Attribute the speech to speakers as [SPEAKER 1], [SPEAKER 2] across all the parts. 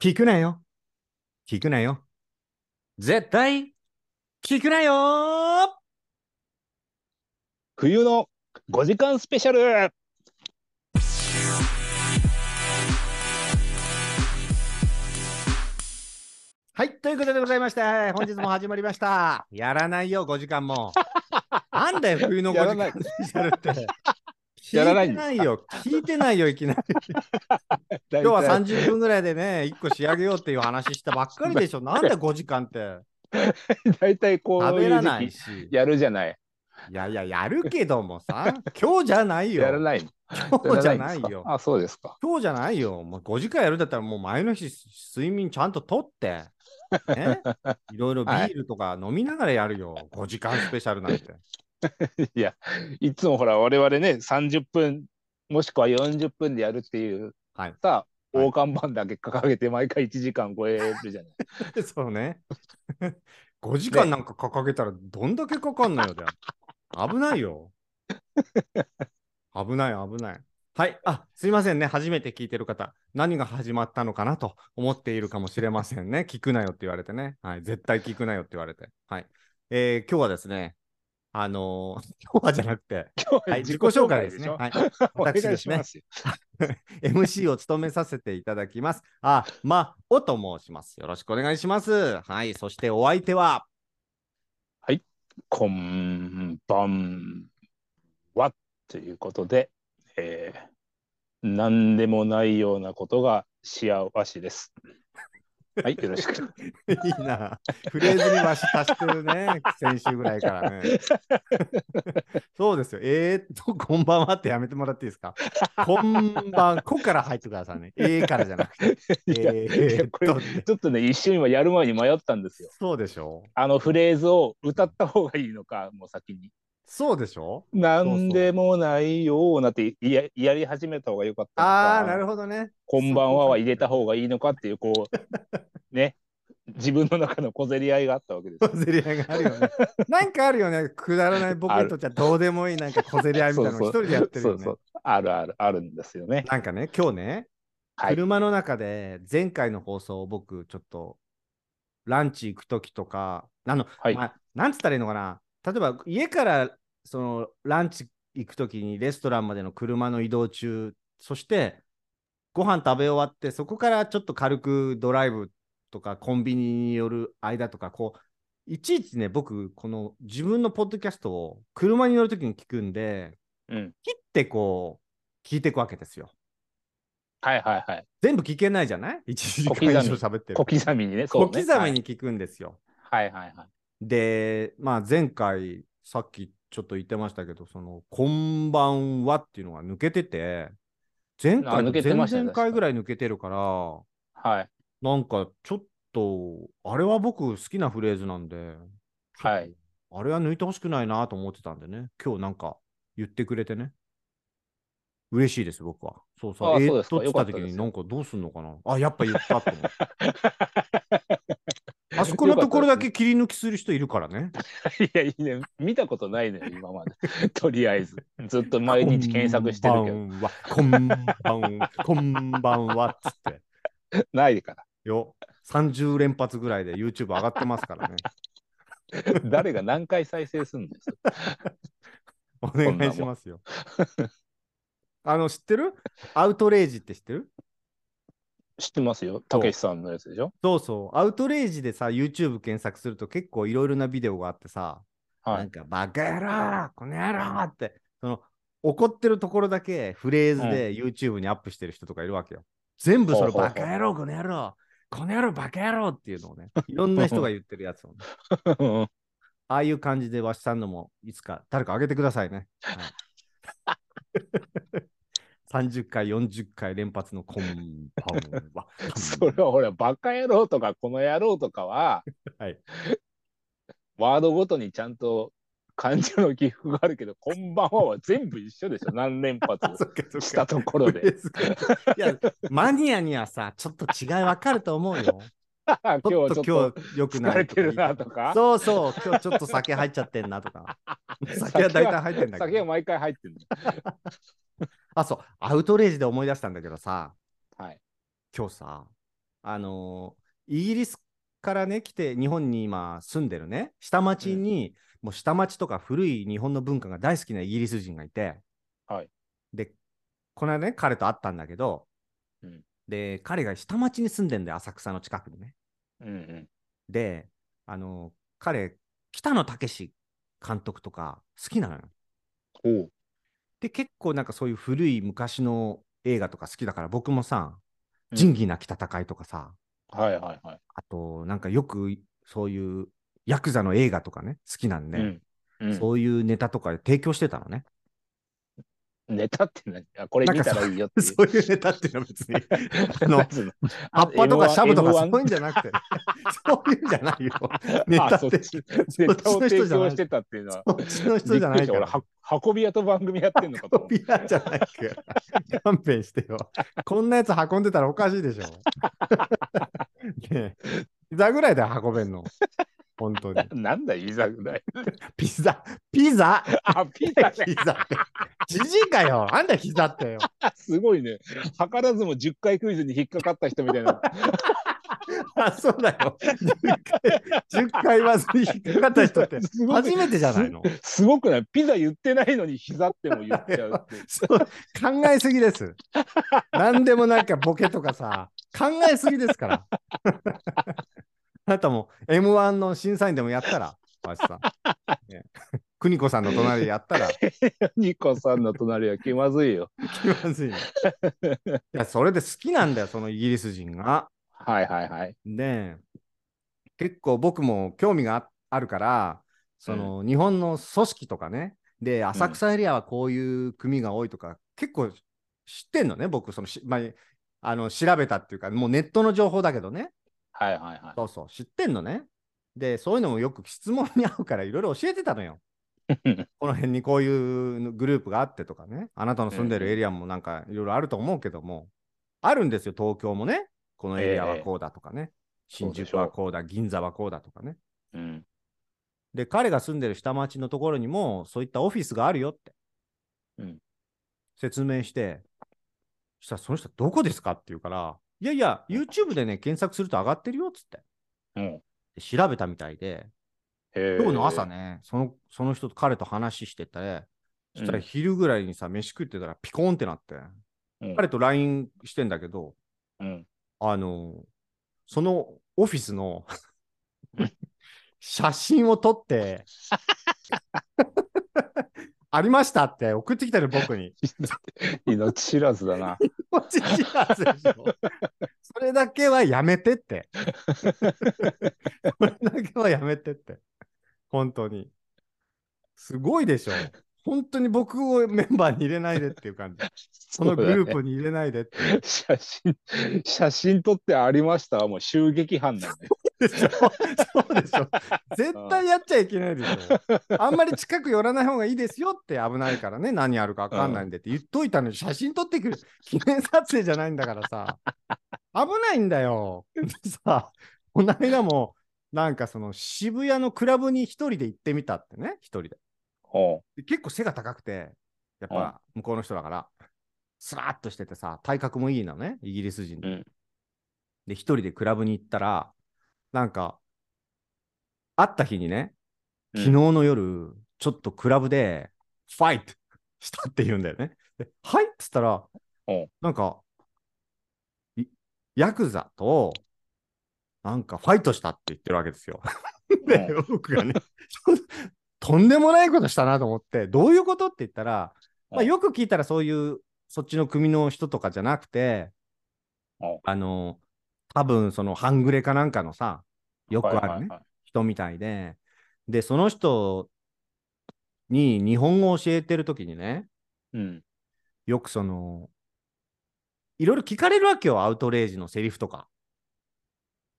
[SPEAKER 1] 聞くなよ。聞くなよ。絶対、聞くなよー
[SPEAKER 2] 冬の5時間スペシャル
[SPEAKER 1] はい、ということでございまして、本日も始まりました。 やらないよ、5時間 も。なんだよ、冬の
[SPEAKER 2] や
[SPEAKER 1] 5
[SPEAKER 2] ら
[SPEAKER 1] 時
[SPEAKER 2] ない
[SPEAKER 1] 間スペシャル って。
[SPEAKER 2] やらない
[SPEAKER 1] 聞いて
[SPEAKER 2] んです
[SPEAKER 1] な
[SPEAKER 2] か
[SPEAKER 1] いよ、聞いてないよ、いきなり。
[SPEAKER 2] 今
[SPEAKER 1] 今日は30分ぐらいでね、1個仕上げようっていう話したばっかりでしょ。なんだ5時間って。
[SPEAKER 2] 大体こ
[SPEAKER 1] 食
[SPEAKER 2] うい
[SPEAKER 1] べ
[SPEAKER 2] う
[SPEAKER 1] らない
[SPEAKER 2] 時期
[SPEAKER 1] し。
[SPEAKER 2] やるじゃない。
[SPEAKER 1] いやいや、やるけどもさ、今日じゃない
[SPEAKER 2] やら
[SPEAKER 1] よ。
[SPEAKER 2] ないの。
[SPEAKER 1] 今日じゃ
[SPEAKER 2] んで
[SPEAKER 1] な
[SPEAKER 2] す
[SPEAKER 1] い
[SPEAKER 2] か
[SPEAKER 1] よ。
[SPEAKER 2] あ、そうですか。
[SPEAKER 1] 今日じゃないよ。もう5時間やるんだったら、もう前の日、睡眠ちゃんととって、ね、いろいろビ
[SPEAKER 2] はい
[SPEAKER 1] ールとか飲みながらやるよ。5時間スペシャルなんて。
[SPEAKER 2] いや、いつもほら、我々ね、30分、もしくは40分でやるっていう、
[SPEAKER 1] はい
[SPEAKER 2] さ、
[SPEAKER 1] はい
[SPEAKER 2] 大看板だけ掲げて、毎回1時間超えるじゃない。
[SPEAKER 1] そうね。5時間なんか掲げたら、どんだけかかんのよ、じゃあ。危ないよ。危ない、危ない。はい。あ、すいませんね。初めて聞いてる方、何が始まったのかなと思っているかもしれませんね。聞くなよって言われてね。はい。絶対聞くなよって言われて。はい。えー今日はですね、あのー 今日はじゃなくて、はい、自己紹介ですね。
[SPEAKER 2] ょ
[SPEAKER 1] はい。
[SPEAKER 2] お願い
[SPEAKER 1] 私です
[SPEAKER 2] し
[SPEAKER 1] ね
[SPEAKER 2] ますよ。
[SPEAKER 1] MC を務めさせていただきます。あ、まおと申します。よろしくお願いします。はい。そしてお相手は、
[SPEAKER 2] こんばんはということで、えー、何でもないようなことが幸せです。はい、よろしく。
[SPEAKER 1] いいな。フレーズにわし足してるね。先週ぐらいから ね。そうですよ。えー、っと、こんばんはってやめてもらっていいですか。こんばん、こから入ってくださいね。えーからじゃなくて。 え
[SPEAKER 2] いやい
[SPEAKER 1] ー
[SPEAKER 2] や
[SPEAKER 1] っ
[SPEAKER 2] これ
[SPEAKER 1] と、
[SPEAKER 2] ちょっとね、一瞬今やる前に迷ったんですよ。
[SPEAKER 1] そうでしょ
[SPEAKER 2] あのフレーズを歌った方がいいのか、もう先に。
[SPEAKER 1] そうでしょ
[SPEAKER 2] 何でもないようなってややり始めた方がよかったのか。
[SPEAKER 1] ああ、なるほどね。
[SPEAKER 2] こんばんはは入れた方がいいのかっていう、こ う、ね、自分の中の小競り合いがあったわけですよ。
[SPEAKER 1] 小競り合いがあるよ ね。なんかあるよね。くだらない僕にとっちゃどうでもいいなんか小競り合いみたいなの一人でやってるよね
[SPEAKER 2] そう。そうあるあるあるんですよね。
[SPEAKER 1] なんかね、今日ね、
[SPEAKER 2] はい
[SPEAKER 1] 車の中で前回の放送を僕ちょっとランチ行く時とかあの、
[SPEAKER 2] はい
[SPEAKER 1] まあ、なんつったらいいのかな例えば家からそのランチ行く時にレストランまでの車の移動中そしてご飯食べ終わってそこからちょっと軽くドライブとかコンビニによる間とかこういちいちね僕この自分のポッドキャストを車に乗る時に聞くんで
[SPEAKER 2] うん。
[SPEAKER 1] 切ってこう聞いていくわけですよ。
[SPEAKER 2] はいはいはい。
[SPEAKER 1] 全部聞けないじゃない ?1 時間以上喋ってる。
[SPEAKER 2] 小刻みにね。そう
[SPEAKER 1] 小
[SPEAKER 2] ね
[SPEAKER 1] 刻みに聞くんですよ。
[SPEAKER 2] はい。はいはいはい。
[SPEAKER 1] で、まあ、前回、さっきちょっと言ってましたけど、その、こんばんはっていうのが抜けてて、前
[SPEAKER 2] あ
[SPEAKER 1] 回、
[SPEAKER 2] 抜けて
[SPEAKER 1] 前
[SPEAKER 2] ましたね
[SPEAKER 1] 々回ぐらい抜けてるから、
[SPEAKER 2] はい。
[SPEAKER 1] なんかちょっと、あれは僕好きなフレーズなんで、
[SPEAKER 2] はい。
[SPEAKER 1] あれは抜いてほしくないなと思ってたんでね、今日なんか言ってくれてね。嬉しいです、僕は。そうさ
[SPEAKER 2] あ、あ
[SPEAKER 1] え
[SPEAKER 2] そ
[SPEAKER 1] ー
[SPEAKER 2] うで
[SPEAKER 1] っ
[SPEAKER 2] すか
[SPEAKER 1] とっつった時
[SPEAKER 2] よかったで
[SPEAKER 1] に、
[SPEAKER 2] す
[SPEAKER 1] なんかどうすんのかなあ、やっぱ言ったと思って。 あそこのところだけ切り抜きする人いるからね。
[SPEAKER 2] いや、いいね。見たことないのよ、今ま で。とりあえず。ずっと毎日検索してるけど、
[SPEAKER 1] ど。こんばんは、こんばんはっつって。
[SPEAKER 2] ないか
[SPEAKER 1] よ、30連発ぐらいで YouTube 上がってますから ね。
[SPEAKER 2] ら。誰が何回再生するんですか
[SPEAKER 1] お願いしますよ。あの、知ってるアウトレイジって知ってる
[SPEAKER 2] 知ってますよ。たけしさんのやつでしょ
[SPEAKER 1] そうそう。アウトレイジでさ、YouTube 検索すると結構いろいろなビデオがあってさ、
[SPEAKER 2] は
[SPEAKER 1] ないん。か、バカ野郎この野郎って、その、怒ってるところだけフレーズで YouTube にアップしてる人とかいるわけよ。全部それ、
[SPEAKER 2] ほうほうほ
[SPEAKER 1] バ
[SPEAKER 2] う
[SPEAKER 1] カ野郎この野郎この野郎バカ野郎って いうのをね、いろんな人が言ってるやつをね、ああいう感じでわしさんのも、いつか誰かあげてくださいね。はい 30回、40回連発のこんば んは。
[SPEAKER 2] それはほら、バカ野郎とか、この野郎とかは、
[SPEAKER 1] はい
[SPEAKER 2] ワードごとにちゃんと漢字の起伏があるけど、こんばんはは全部一緒でしょ、何連発
[SPEAKER 1] あそっかそっか
[SPEAKER 2] したとこ ろ
[SPEAKER 1] フレ
[SPEAKER 2] で。
[SPEAKER 1] ーズがいや、マニアにはさ、ちょっと違いわかると思うよ。
[SPEAKER 2] 今日
[SPEAKER 1] ち
[SPEAKER 2] ち
[SPEAKER 1] ょっ
[SPEAKER 2] ょっ
[SPEAKER 1] と
[SPEAKER 2] と
[SPEAKER 1] 今日良くない。
[SPEAKER 2] 疲れてるなとか、
[SPEAKER 1] そうそう、今日ちょっと酒入っちゃってんなと か。酒は大体入ってんだけ
[SPEAKER 2] 酒は
[SPEAKER 1] ど。
[SPEAKER 2] 毎回入ってるんだよ。
[SPEAKER 1] あ、そう、アウトレイジで思い出したんだけどさ、
[SPEAKER 2] はい。
[SPEAKER 1] 今日さ、あのーイギリスからね、来て、日本に今住んでるね、下町に、もう下町とか古い日本の文化が大好きなイギリス人がいて、
[SPEAKER 2] はい
[SPEAKER 1] で、この間ね、彼と会ったんだけど、
[SPEAKER 2] うん
[SPEAKER 1] で、彼が下町に住んでんだよ、浅草の近くにね。
[SPEAKER 2] うんうん。
[SPEAKER 1] で、あのー彼、北野武監督とか好きなのよ。
[SPEAKER 2] おう。
[SPEAKER 1] で、結構なんかそういう古い昔の映画とか好きだから、僕もさ、
[SPEAKER 2] うん
[SPEAKER 1] 仁義なき戦いとかさ、
[SPEAKER 2] はいはいはい。
[SPEAKER 1] あと、なんかよくそういうヤクザの映画とかね、好きなんで、
[SPEAKER 2] うんうん
[SPEAKER 1] そういうネタとか提供してたのね。
[SPEAKER 2] ネタって何あこれ見たらいいよっていう。
[SPEAKER 1] そういうネタっていうのは別に、あの
[SPEAKER 2] なんつうの
[SPEAKER 1] 葉っぱとか
[SPEAKER 2] M1
[SPEAKER 1] シャブとか
[SPEAKER 2] M1
[SPEAKER 1] そういうんじゃなく て、そういうんじゃないよ。ネ
[SPEAKER 2] あ
[SPEAKER 1] タ
[SPEAKER 2] そ
[SPEAKER 1] っ、
[SPEAKER 2] ってちネタを
[SPEAKER 1] そっちの人
[SPEAKER 2] 提
[SPEAKER 1] じゃない
[SPEAKER 2] 供してたっていうのは。
[SPEAKER 1] こっちの人じゃな
[SPEAKER 2] び
[SPEAKER 1] いか
[SPEAKER 2] っくりした俺
[SPEAKER 1] ら。
[SPEAKER 2] は、運び屋と番組やってんのかと思
[SPEAKER 1] コ
[SPEAKER 2] う。
[SPEAKER 1] ピアじゃないから。 勘弁してよ。こんなやつ運んでたらおかしい でしょ。ねえ膝ぐらいで運べんの。本当に。
[SPEAKER 2] なんだよ、いざぐらい。
[SPEAKER 1] ピザ、ピザ
[SPEAKER 2] あ、ピザね。
[SPEAKER 1] 膝って。じじいかよ。あんだ膝ってよ。
[SPEAKER 2] すごいね。図らずも10回クイズに引っかかった人みたいな。
[SPEAKER 1] あ、そうだよ。10回は引っかかった人 って
[SPEAKER 2] すごい
[SPEAKER 1] 初めてじゃないの。
[SPEAKER 2] すごくないピザ言ってないのに膝っても言っちゃう っていう。
[SPEAKER 1] そう考えすぎです。何でもなんかボケとかさ、考えすぎですから。 あなたも M1 の審査員でもやったら、わしさん。ね、邦子さんの隣でやったら
[SPEAKER 2] ニコさんの隣は気まずいよ。
[SPEAKER 1] 気まずいよ。いや、それで好きなんだよ、そのイギリス人が。
[SPEAKER 2] はいはいはい。
[SPEAKER 1] で、結構僕も興味がああるから、その、日本の組織とかね、で、浅草エリアはこういう組が多いとか、結構知ってんのね、僕、そのし、まあ、あの調べたっていうか、もうネットの情報だけどね、
[SPEAKER 2] はいはいは
[SPEAKER 1] そうそう、知ってんのね。で、そういうのもよく質問に合うから、いろいろ教えてたの よ。
[SPEAKER 2] い。
[SPEAKER 1] この辺にこういうグループがあってとかね、あなたの住んでるエリアもなんかいろいろあると思うけども、あるんですよ、東京もね、このエリアはこうだとかね、
[SPEAKER 2] そう
[SPEAKER 1] 新
[SPEAKER 2] でしょう
[SPEAKER 1] 宿はこうだ、銀座はこうだとかね。
[SPEAKER 2] うん、
[SPEAKER 1] で、彼が住んでる下町のところにも、そういったオフィスがあるよって、
[SPEAKER 2] うん
[SPEAKER 1] 説明して、そしたら、その人、どこですかって言うから、いやいや、YouTube でね、検索すると上がってるよっつって、
[SPEAKER 2] うん
[SPEAKER 1] で調べたみたいで、
[SPEAKER 2] へー
[SPEAKER 1] 今日の朝ね、そのその人と彼と話してたね、そしたら
[SPEAKER 2] うん
[SPEAKER 1] 昼ぐらいにさ、飯食ってたらピコーンってなって、
[SPEAKER 2] うん
[SPEAKER 1] 彼と LINE してんだけど、
[SPEAKER 2] うん
[SPEAKER 1] あのそのオフィス の写真を撮 って、ありましたって送ってきたの僕に。
[SPEAKER 2] 命知らずだな。
[SPEAKER 1] こっち知らずでしょそれだけはやめてって。それだけはやめてって。本当に。すごいでしょ。本当に僕をメンバーに入れないでっていう感じ。そのグループに入れないでって
[SPEAKER 2] プ。写真、写真撮ってありましたはもう襲撃犯なんだよ。
[SPEAKER 1] でしょ。そうでしょ。絶対やっちゃいけないでしょ。あんまり近く寄らない方がいいですよって危ないからね、何あるか分かんないんでって言っといたのに、写真撮ってくる記念撮影じゃないんだからさ、危ないんだよ。でさ、この間も、なんかその渋谷のクラブに一人で行ってみたってね、一人で。
[SPEAKER 2] おう
[SPEAKER 1] で結構背が高くて、やっぱ向こうの人だから、スラーっとしててさ、体格もいいのね、イギリス人で。
[SPEAKER 2] うん
[SPEAKER 1] で、一人でクラブに行ったら、なんか、会った日にね、
[SPEAKER 2] うん
[SPEAKER 1] 昨日の夜、ちょっとクラブで、ファイト したって言うんだよね。ではいっつったら
[SPEAKER 2] うん、
[SPEAKER 1] なんか、いヤクザと、なんかファイトしたって言ってるわけですよ。 で、僕がね、 とんでもないことしたなと思って、どういうことって言ったら、まあ、
[SPEAKER 2] うん
[SPEAKER 1] よく聞いたらそういう、そっちの組の人とかじゃなくて
[SPEAKER 2] うん、
[SPEAKER 1] あの、多分その半グレかなんかのさ、よくあるね、
[SPEAKER 2] はいはいはい
[SPEAKER 1] 人みたいで、で、その人に日本語を教えてるときにね、
[SPEAKER 2] うん。
[SPEAKER 1] よくその、いろいろ聞かれるわけよ、アウトレイジのセリフとか。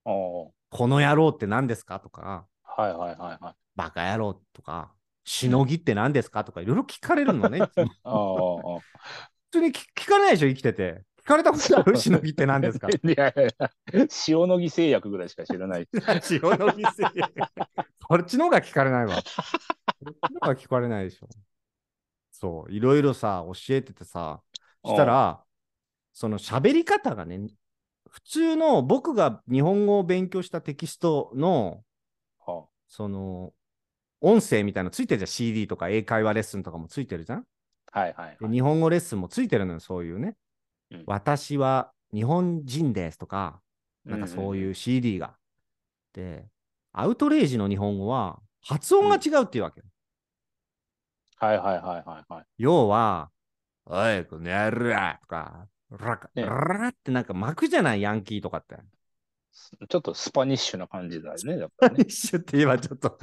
[SPEAKER 2] おう
[SPEAKER 1] この野郎って何ですかとか、
[SPEAKER 2] はいはいはいはい。
[SPEAKER 1] バカ野郎とか、しのぎって何ですかとか、いろいろ聞かれるの ね。いつも
[SPEAKER 2] おうおうおう
[SPEAKER 1] 普通に聞聞かないでしょ、生きてて。聞かれたことあるしのぎって何ですか
[SPEAKER 2] いやいやいや、塩野義製薬ぐらいしか知 らない。
[SPEAKER 1] 塩のぎせ。こっちの方が聞かれないわ。こっちの方が聞かれないでしょ。そう、いろいろさ、教えててさ、したら、その喋り方がね、普通の僕が日本語を勉強したテキストの、
[SPEAKER 2] は
[SPEAKER 1] その、音声みたいなのついてるじゃん。CD とか英会話レッスンとかもついてるじゃん。
[SPEAKER 2] あはいはい
[SPEAKER 1] で
[SPEAKER 2] はい。
[SPEAKER 1] 日本語レッスンもついてるのよ、そういうね。
[SPEAKER 2] うん
[SPEAKER 1] 私は日本人ですとか、なんかそう
[SPEAKER 2] う
[SPEAKER 1] い
[SPEAKER 2] ん
[SPEAKER 1] う CD が。で、アウトレイジの日本語は発音が違うっていうわけ。
[SPEAKER 2] うん。はいはいはいはいはい。
[SPEAKER 1] 要は、おい、この野郎とか、ラカ、
[SPEAKER 2] ね
[SPEAKER 1] ララってなんか巻くじゃない、ヤンキーとか って。
[SPEAKER 2] ちょっとスパニッシュな感じだよね。だからね
[SPEAKER 1] 一緒って言えばちょっと、 ち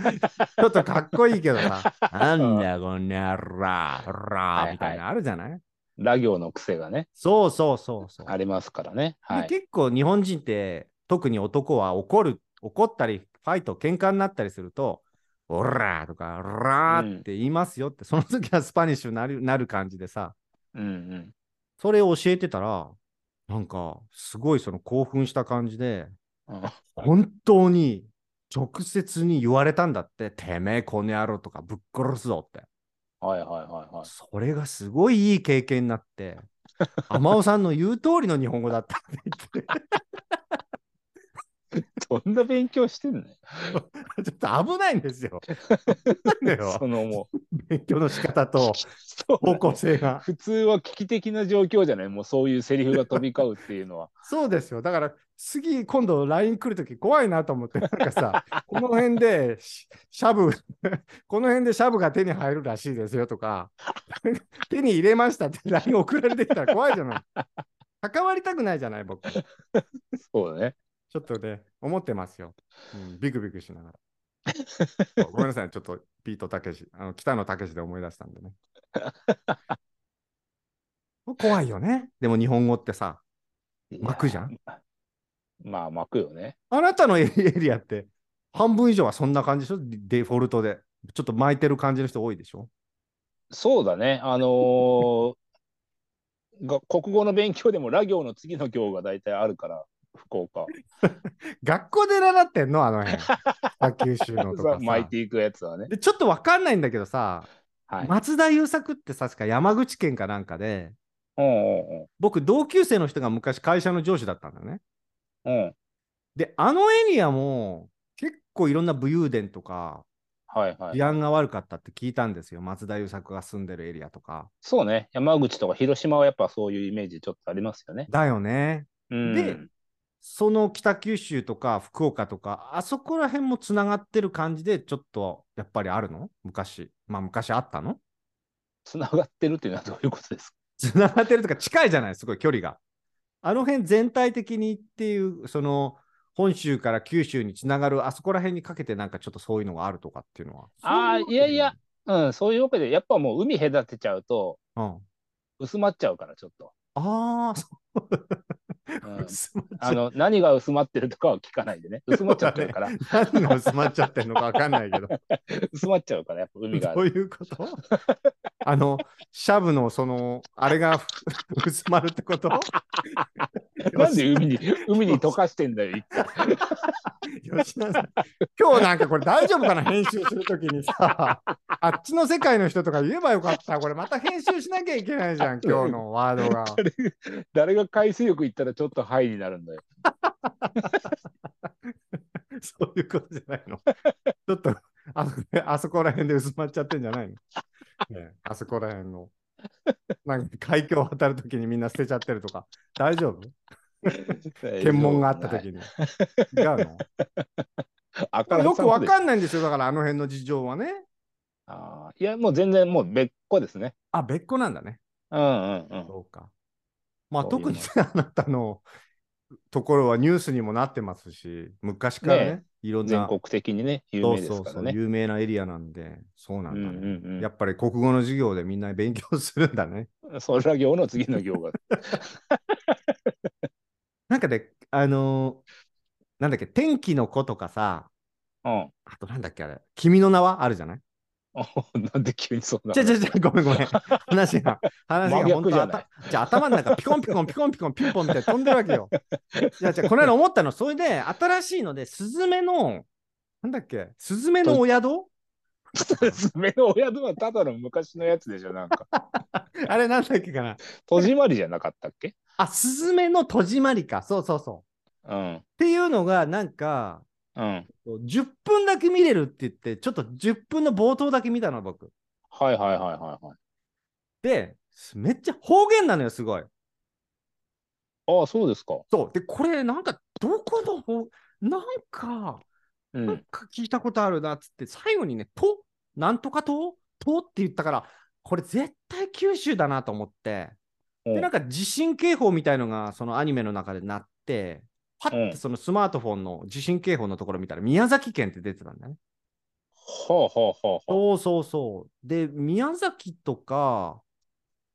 [SPEAKER 1] ょっとかっこいいけど さ、なんだよこの野郎、ラーみたいなのあるじゃない
[SPEAKER 2] ラ行の癖がね、
[SPEAKER 1] そうそうそうそう。
[SPEAKER 2] ありますからね。は
[SPEAKER 1] で
[SPEAKER 2] い。
[SPEAKER 1] 結構日本人って特に男は怒る怒ったりファイト喧嘩になったりすると「オラ!」とか「オラ!」って言いますよって、その時はスパニッシュになるなる感じでさ
[SPEAKER 2] うんうん。
[SPEAKER 1] それを教えてたらなんかすごいその興奮した感じで
[SPEAKER 2] うん
[SPEAKER 1] 本当に直接に言われたんだって「てめえこの野郎」とか「ぶっ殺すぞ」って
[SPEAKER 2] はいはいはいはい。
[SPEAKER 1] それがすごいいい経験にな って、天尾さんの言う通りの日本語だったって言って、
[SPEAKER 2] どんな勉強してんのよ。
[SPEAKER 1] ちょっと危ないんです よ。危ないのよ
[SPEAKER 2] そのもう。
[SPEAKER 1] 勉強の仕方と
[SPEAKER 2] そう
[SPEAKER 1] 方向性が。
[SPEAKER 2] 普通は危機的な状況じゃないもうそういうセリフが飛び交うっていう のは。
[SPEAKER 1] そうですよ。だから次、今度 LINE 来るとき怖いなと思って、なんか さ、この辺でしシャブ、 この辺でシャブが手に入るらしいですよとか、 手に入れましたって LINE 送られてきたら怖いじゃない。関わりたくないじゃない、僕。ち
[SPEAKER 2] そうだね。
[SPEAKER 1] ょっとね、思ってますよ。うん、ビクビクしなが ら。ごめんなさい、ちょっとピートたけし、あの北野たけしで思い出したんでね。 怖いよね。でも日本語ってさ、巻くじゃん
[SPEAKER 2] いや。まあ巻くよね。
[SPEAKER 1] あなたの エリエリアって半分以上はそんな感じでしょデデフォルトで。ちょっと巻いてる感じの人多いでしょ
[SPEAKER 2] そうだね。あのー が国語の勉強でもラ行の次の行が大体あるから福岡
[SPEAKER 1] 学校で習ってんのあの 辺。北九州のとか
[SPEAKER 2] さ
[SPEAKER 1] さ
[SPEAKER 2] 巻いていくやつはね。
[SPEAKER 1] でちょっとわかんないんだけどさ、
[SPEAKER 2] はい。
[SPEAKER 1] 松田優作って確か山口県かなんかで、
[SPEAKER 2] うんうん
[SPEAKER 1] 僕同級生の人が昔会社の上司だったんだよね。
[SPEAKER 2] うん。うん。
[SPEAKER 1] で、あのエリアも結構いろんな武勇伝とか
[SPEAKER 2] はいはい
[SPEAKER 1] 治。安が悪かったって聞いたんですよ。松田優作が住んでるエリアとか。
[SPEAKER 2] そうね。山口とか広島はやっぱそういうイメージちょっとありますよね。
[SPEAKER 1] だよね。
[SPEAKER 2] うん、
[SPEAKER 1] でその北九州とか福岡とか、あそこら辺もつながってる感じで、ちょっとやっぱりあるの昔。まあ昔あったの
[SPEAKER 2] つながってるっていうのはどういうことですか
[SPEAKER 1] つながってるとか近いじゃない、すごい距離が。あの辺全体的にっていう、その本州から九州につながる、あそこら辺にかけてなんかちょっとそういうのがあるとかっていうのは。
[SPEAKER 2] あー
[SPEAKER 1] そううわけ
[SPEAKER 2] いやいや。うん、そういうわけで、やっぱもう海隔てちゃうと
[SPEAKER 1] うん。
[SPEAKER 2] 薄まっちゃうから、ちょっと。
[SPEAKER 1] ああ、そうう。
[SPEAKER 2] ん
[SPEAKER 1] 薄まっちゃ
[SPEAKER 2] あの何が薄まってるとかは聞かないでね。薄まっちゃって るから、
[SPEAKER 1] 何が薄まっちゃってんのか分かんないけど。
[SPEAKER 2] 薄まっちゃうから、やっぱ海が
[SPEAKER 1] どういうことあの、シャブのその、あれが 薄まるってこと
[SPEAKER 2] なんで海に、海に溶かしてんだよ、一回
[SPEAKER 1] 吉田さん、 今日なんかこれ大丈夫かな、編集するときに さ、あっちの世界の人とか言えばよかった、これまた編集しなきゃいけないじゃん、今日のワードが。
[SPEAKER 2] 誰が海水浴行ったらちょっとハイになるんだよ。
[SPEAKER 1] そういうことじゃないの。ちょっとあのあそこら辺で薄まっちゃってんじゃないの、ねえあそこら辺の。なんか海峡を渡るときにみんな捨てちゃってるとか、大丈夫 検問があったときに。違うの
[SPEAKER 2] あ
[SPEAKER 1] ま
[SPEAKER 2] か
[SPEAKER 1] あ
[SPEAKER 2] ら
[SPEAKER 1] よくわ
[SPEAKER 2] ん
[SPEAKER 1] かんないんですよ、だからあの辺の事情はね。
[SPEAKER 2] あーいや、もう全然もう別個ですね。
[SPEAKER 1] あ、別個なんだね。
[SPEAKER 2] うんうんうん。
[SPEAKER 1] そうか。まあ
[SPEAKER 2] そういう
[SPEAKER 1] 特
[SPEAKER 2] の
[SPEAKER 1] にねあなたのところはニュースにもなってますし、昔からね、
[SPEAKER 2] ね
[SPEAKER 1] いろん
[SPEAKER 2] 全
[SPEAKER 1] な
[SPEAKER 2] 国的にね、有
[SPEAKER 1] そ
[SPEAKER 2] 名
[SPEAKER 1] う
[SPEAKER 2] で
[SPEAKER 1] そ
[SPEAKER 2] す
[SPEAKER 1] う
[SPEAKER 2] か
[SPEAKER 1] そ
[SPEAKER 2] ら
[SPEAKER 1] う、
[SPEAKER 2] ね。
[SPEAKER 1] 有名なエリアなんで、そうなんだね。
[SPEAKER 2] うんうんうん
[SPEAKER 1] やっぱり国語の授業でみんな勉強するんだね。
[SPEAKER 2] それは行の次の行が。
[SPEAKER 1] なんかで、あのーなんだっけ、天気の子とかさ、
[SPEAKER 2] うん。
[SPEAKER 1] あとなんだっけあれ、君の名はあるじゃない
[SPEAKER 2] なんで急にそんな
[SPEAKER 1] じゃ
[SPEAKER 2] 話。
[SPEAKER 1] じゃじゃ、ごめんごめん。話が、話が
[SPEAKER 2] 真逆
[SPEAKER 1] 本当
[SPEAKER 2] じゃない
[SPEAKER 1] あたじゃあ頭の中ピコンピコンピコンピコンピンポンみたいに飛んでるわけよ。じゃあじゃあこの間思ったの、それで新しいので、スズメの、なんだっけ、スズメのお宿
[SPEAKER 2] 爪のお宿はただの昔のやつでしょ、なんか。
[SPEAKER 1] あれなんだっけかな
[SPEAKER 2] 戸締まりじゃなかったっけ
[SPEAKER 1] あ、スズメの戸締まりか。そうそうそう。
[SPEAKER 2] うん。
[SPEAKER 1] っていうのが、なんか、
[SPEAKER 2] うん。
[SPEAKER 1] 10分だけ見れるって言って、ちょっと10分の冒頭だけ見たの、僕。
[SPEAKER 2] はいはいはいはいはい。
[SPEAKER 1] で、めっちゃ方言なのよ、すごい。
[SPEAKER 2] ああ、そうですか。
[SPEAKER 1] そう。で、これ、なんか、どこの方、なんか、
[SPEAKER 2] う
[SPEAKER 1] なんん。か聞いたことあるなっつって、最後にね、と、なんとかと、とって言ったから、これ絶対九州だなと思って、
[SPEAKER 2] う
[SPEAKER 1] で、
[SPEAKER 2] ん
[SPEAKER 1] なんか地震警報みたいのが、そのアニメの中で鳴って、パッて
[SPEAKER 2] うん
[SPEAKER 1] そのスマートフォンの地震警報のところ見たら、宮崎県って出てたんだね。
[SPEAKER 2] ほうほうほうほう。
[SPEAKER 1] そうそうそう。で、宮崎とか、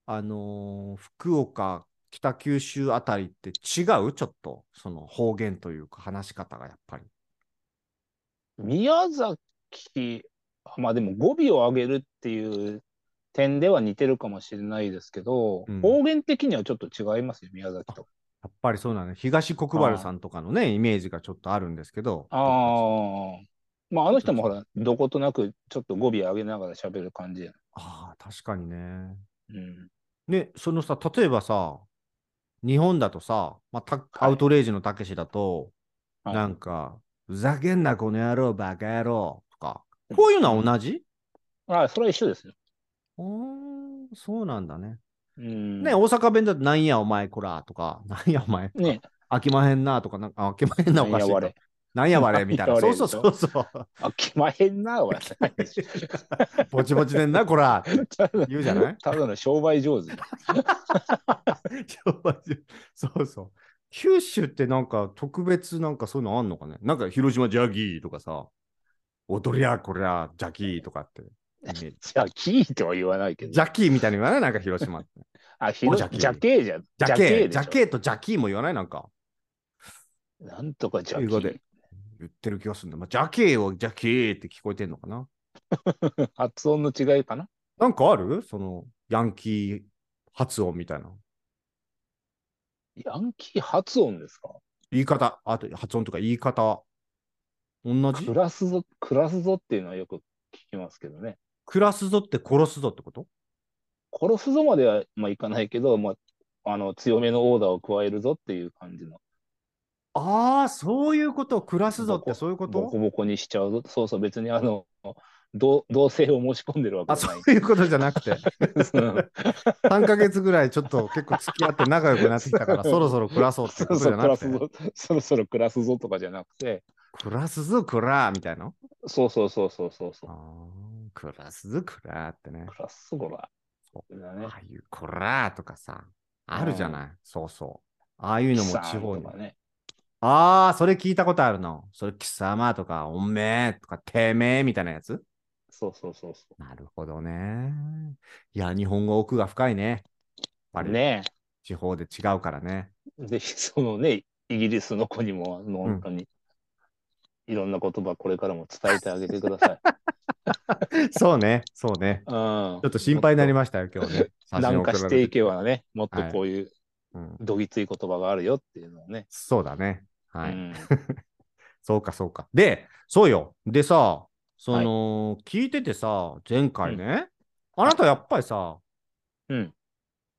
[SPEAKER 1] あのー福岡、北九州あたりって違うちょっと、その方言というか、話し方がやっぱり。
[SPEAKER 2] 宮崎、まあでも語尾を上げるっていう点では似てるかもしれないですけど、
[SPEAKER 1] うん
[SPEAKER 2] 方言的にはちょっと違いますよ、宮崎と。
[SPEAKER 1] やっぱりそうなの、ね、東国原さんとかのね、イメージがちょっとあるんですけど。
[SPEAKER 2] ああ。まああの人もほら、どことなくちょっと語尾上げながら喋る感じや。
[SPEAKER 1] ああ、確かにね。
[SPEAKER 2] うん。
[SPEAKER 1] ね、そのさ、例えばさ、日本だとさ、まあたアウトレイジのたけしだと、
[SPEAKER 2] はい
[SPEAKER 1] なんか、ふざけんな、この野郎、バカ野郎とか、こういうのは同じ、
[SPEAKER 2] ああ、それは一緒ですよ。
[SPEAKER 1] うーん、そうなんだね。
[SPEAKER 2] うん。
[SPEAKER 1] ね、大阪弁だと、なんやお前、こら、とか、 なんやお前、
[SPEAKER 2] ね
[SPEAKER 1] 飽きまへんな、とか、なんか、飽きまへんな、おかしい
[SPEAKER 2] なんやわ
[SPEAKER 1] と
[SPEAKER 2] れ。
[SPEAKER 1] なんやわれ、みたいな。
[SPEAKER 2] なんや
[SPEAKER 1] そ
[SPEAKER 2] わ
[SPEAKER 1] うそ
[SPEAKER 2] れ
[SPEAKER 1] うそうそう。
[SPEAKER 2] あ、決まへんな、おい。
[SPEAKER 1] ぼちぼちでんな、こら。言うじゃない
[SPEAKER 2] ただの商売上手。
[SPEAKER 1] 商売所 そうそう。九州ってなんか特別なんかそういうのあんのかねなんか広島ジャギーとかさ、踊りゃこりゃジャギーとかってイメージ。
[SPEAKER 2] じゃあ、キーとは言わないけ
[SPEAKER 1] ジ
[SPEAKER 2] ど。
[SPEAKER 1] ャキーみたいに言わないなんか広島って。
[SPEAKER 2] あ、ひろ
[SPEAKER 1] ジ
[SPEAKER 2] ジ
[SPEAKER 1] ャケ
[SPEAKER 2] ャケーじゃん。
[SPEAKER 1] ジャケー、
[SPEAKER 2] でし
[SPEAKER 1] ジ
[SPEAKER 2] ょ
[SPEAKER 1] ャケーとジャキーも言わないなんか
[SPEAKER 2] なんとかジャ
[SPEAKER 1] 英語
[SPEAKER 2] ケ
[SPEAKER 1] で言ってる気がするんだ。まあ、ジャケーをジャケーって聞こえてんのかな
[SPEAKER 2] ー。 発音の違いかな。
[SPEAKER 1] なんかあるそのヤンキー発音みたいな。
[SPEAKER 2] ヤンキー発音ですか
[SPEAKER 1] 言い方、あと発音とか言い方。同じ
[SPEAKER 2] 暮らすぞ、暮らすぞっていうのはよく聞きますけどね。
[SPEAKER 1] 暮らすぞって殺すぞってこと
[SPEAKER 2] 殺すぞまでは、まあ、いかないけど、まあ、あの強めのオーダーを加えるぞっていう感じの。
[SPEAKER 1] ああ、そういうこと、暮らすぞってそういうこ
[SPEAKER 2] ボコ
[SPEAKER 1] と
[SPEAKER 2] ボコにしちゃうぞ。そうそう、別にあの、同同性を申し込んでるわけ
[SPEAKER 1] あ、
[SPEAKER 2] じゃ
[SPEAKER 1] そ
[SPEAKER 2] ないう
[SPEAKER 1] いうことじゃなくて、
[SPEAKER 2] うん。
[SPEAKER 1] 3ヶ月ぐらいちょっと結構付き合って仲良くなってきたから、そろそろ暮らそうって
[SPEAKER 2] そ
[SPEAKER 1] こ
[SPEAKER 2] ろ
[SPEAKER 1] とじ
[SPEAKER 2] そ
[SPEAKER 1] ゃ
[SPEAKER 2] ろ
[SPEAKER 1] な
[SPEAKER 2] 暮
[SPEAKER 1] く
[SPEAKER 2] ら
[SPEAKER 1] て
[SPEAKER 2] す、ぞ、そろそろ暮らすぞとかじゃなくて、
[SPEAKER 1] 暮らすぞ、暮らーみたいな。
[SPEAKER 2] そうそうそうそうそうそう
[SPEAKER 1] あ。ー暮らすぞ、暮らーってね。
[SPEAKER 2] 暮らすぞ、こら。
[SPEAKER 1] そ
[SPEAKER 2] だね
[SPEAKER 1] あ。あいう、こらーとかさ、あるじゃない。そうそう。ああいうのも
[SPEAKER 2] さあ
[SPEAKER 1] 地方に
[SPEAKER 2] と。かね。
[SPEAKER 1] ああ、それ聞いたことあるの。それ、貴様とか、おめえとか、てめえみたいなやつ。
[SPEAKER 2] そうそうそうそ
[SPEAKER 1] なるほどね。いや、日本語奥が深いね。やっぱ
[SPEAKER 2] う。
[SPEAKER 1] り
[SPEAKER 2] ね
[SPEAKER 1] 地方で違うからね。
[SPEAKER 2] え。で、そのね、イギリスの子にも、あの
[SPEAKER 1] うん
[SPEAKER 2] 本当に、いろんな言葉これからも伝えてあげてくだ さい。
[SPEAKER 1] そうね、そうね。
[SPEAKER 2] うん。ちょ
[SPEAKER 1] ちょっと心配になりましたよ、今日ね。
[SPEAKER 2] なんかしていけ
[SPEAKER 1] 写真送られ
[SPEAKER 2] ばね、もっと
[SPEAKER 1] はい
[SPEAKER 2] こういう
[SPEAKER 1] て、うん
[SPEAKER 2] どぎつい言葉があるよっていうのをね。
[SPEAKER 1] そうだね。はい。
[SPEAKER 2] うん
[SPEAKER 1] そうか、そうか。で、そうよ。でさ、その、聞いててさ、前回ね、あなたやっぱりさ、
[SPEAKER 2] うん。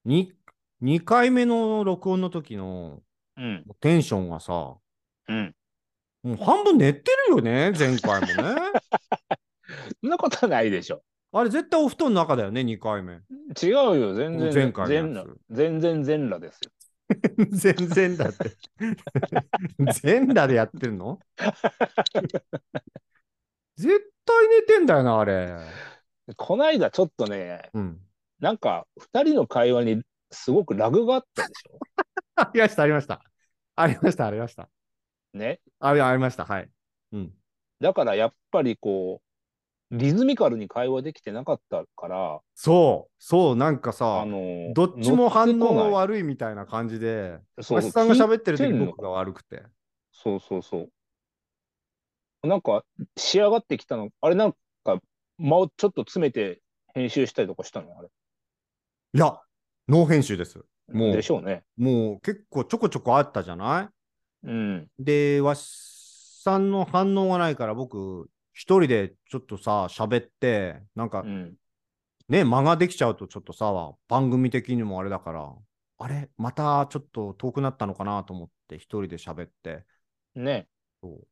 [SPEAKER 1] に2回目の録音の時の
[SPEAKER 2] うん。
[SPEAKER 1] テンションがさ、も
[SPEAKER 2] うん。
[SPEAKER 1] う半分寝てるよね、前回も ね。
[SPEAKER 2] そんなことはないでしょ。
[SPEAKER 1] あれ、絶対お布団の中だよね、2回目。
[SPEAKER 2] 違うよ、全然。
[SPEAKER 1] 前回のやつ
[SPEAKER 2] 全裸全然全裸ですよ。
[SPEAKER 1] 全然だって。 全裸でやってる の絶対寝てんだよな、あれ。
[SPEAKER 2] この間ちょっとね、
[SPEAKER 1] うん。
[SPEAKER 2] なんか二人の会話にすごくラグがあったでしょ。
[SPEAKER 1] ありました、ありました。ありました、ありました。
[SPEAKER 2] ね。
[SPEAKER 1] あれ、ありました、はい。うん。
[SPEAKER 2] だからやっぱりこう、リズミカルに会話できてなかったから、
[SPEAKER 1] そう、そう、なんか
[SPEAKER 2] あ
[SPEAKER 1] さ、
[SPEAKER 2] の、
[SPEAKER 1] どっちも反応が
[SPEAKER 2] が
[SPEAKER 1] 悪いみたいな感じで、
[SPEAKER 2] そう
[SPEAKER 1] お
[SPEAKER 2] そ
[SPEAKER 1] し
[SPEAKER 2] う
[SPEAKER 1] さんが喋ってる
[SPEAKER 2] 聞
[SPEAKER 1] 時
[SPEAKER 2] いんの
[SPEAKER 1] 僕が悪くて。
[SPEAKER 2] そうそうそう。なんか仕上がってきたの、あれなんか間をちょっと詰めて編集したりとかしたのあれ。
[SPEAKER 1] いや、ノー編集です。もう
[SPEAKER 2] でしょうね。
[SPEAKER 1] もう結構ちょこちょこあったじゃない
[SPEAKER 2] うん。
[SPEAKER 1] で、わしさんの反応がないから、僕、一人でちょっとさ、喋って、なん
[SPEAKER 2] う
[SPEAKER 1] か
[SPEAKER 2] ん。
[SPEAKER 1] ね、間ができちゃうと、ちょっとさ、番組的にもあれだから、あれまたちょっと遠くなったのかなと思って一人で喋って
[SPEAKER 2] ね。
[SPEAKER 1] そう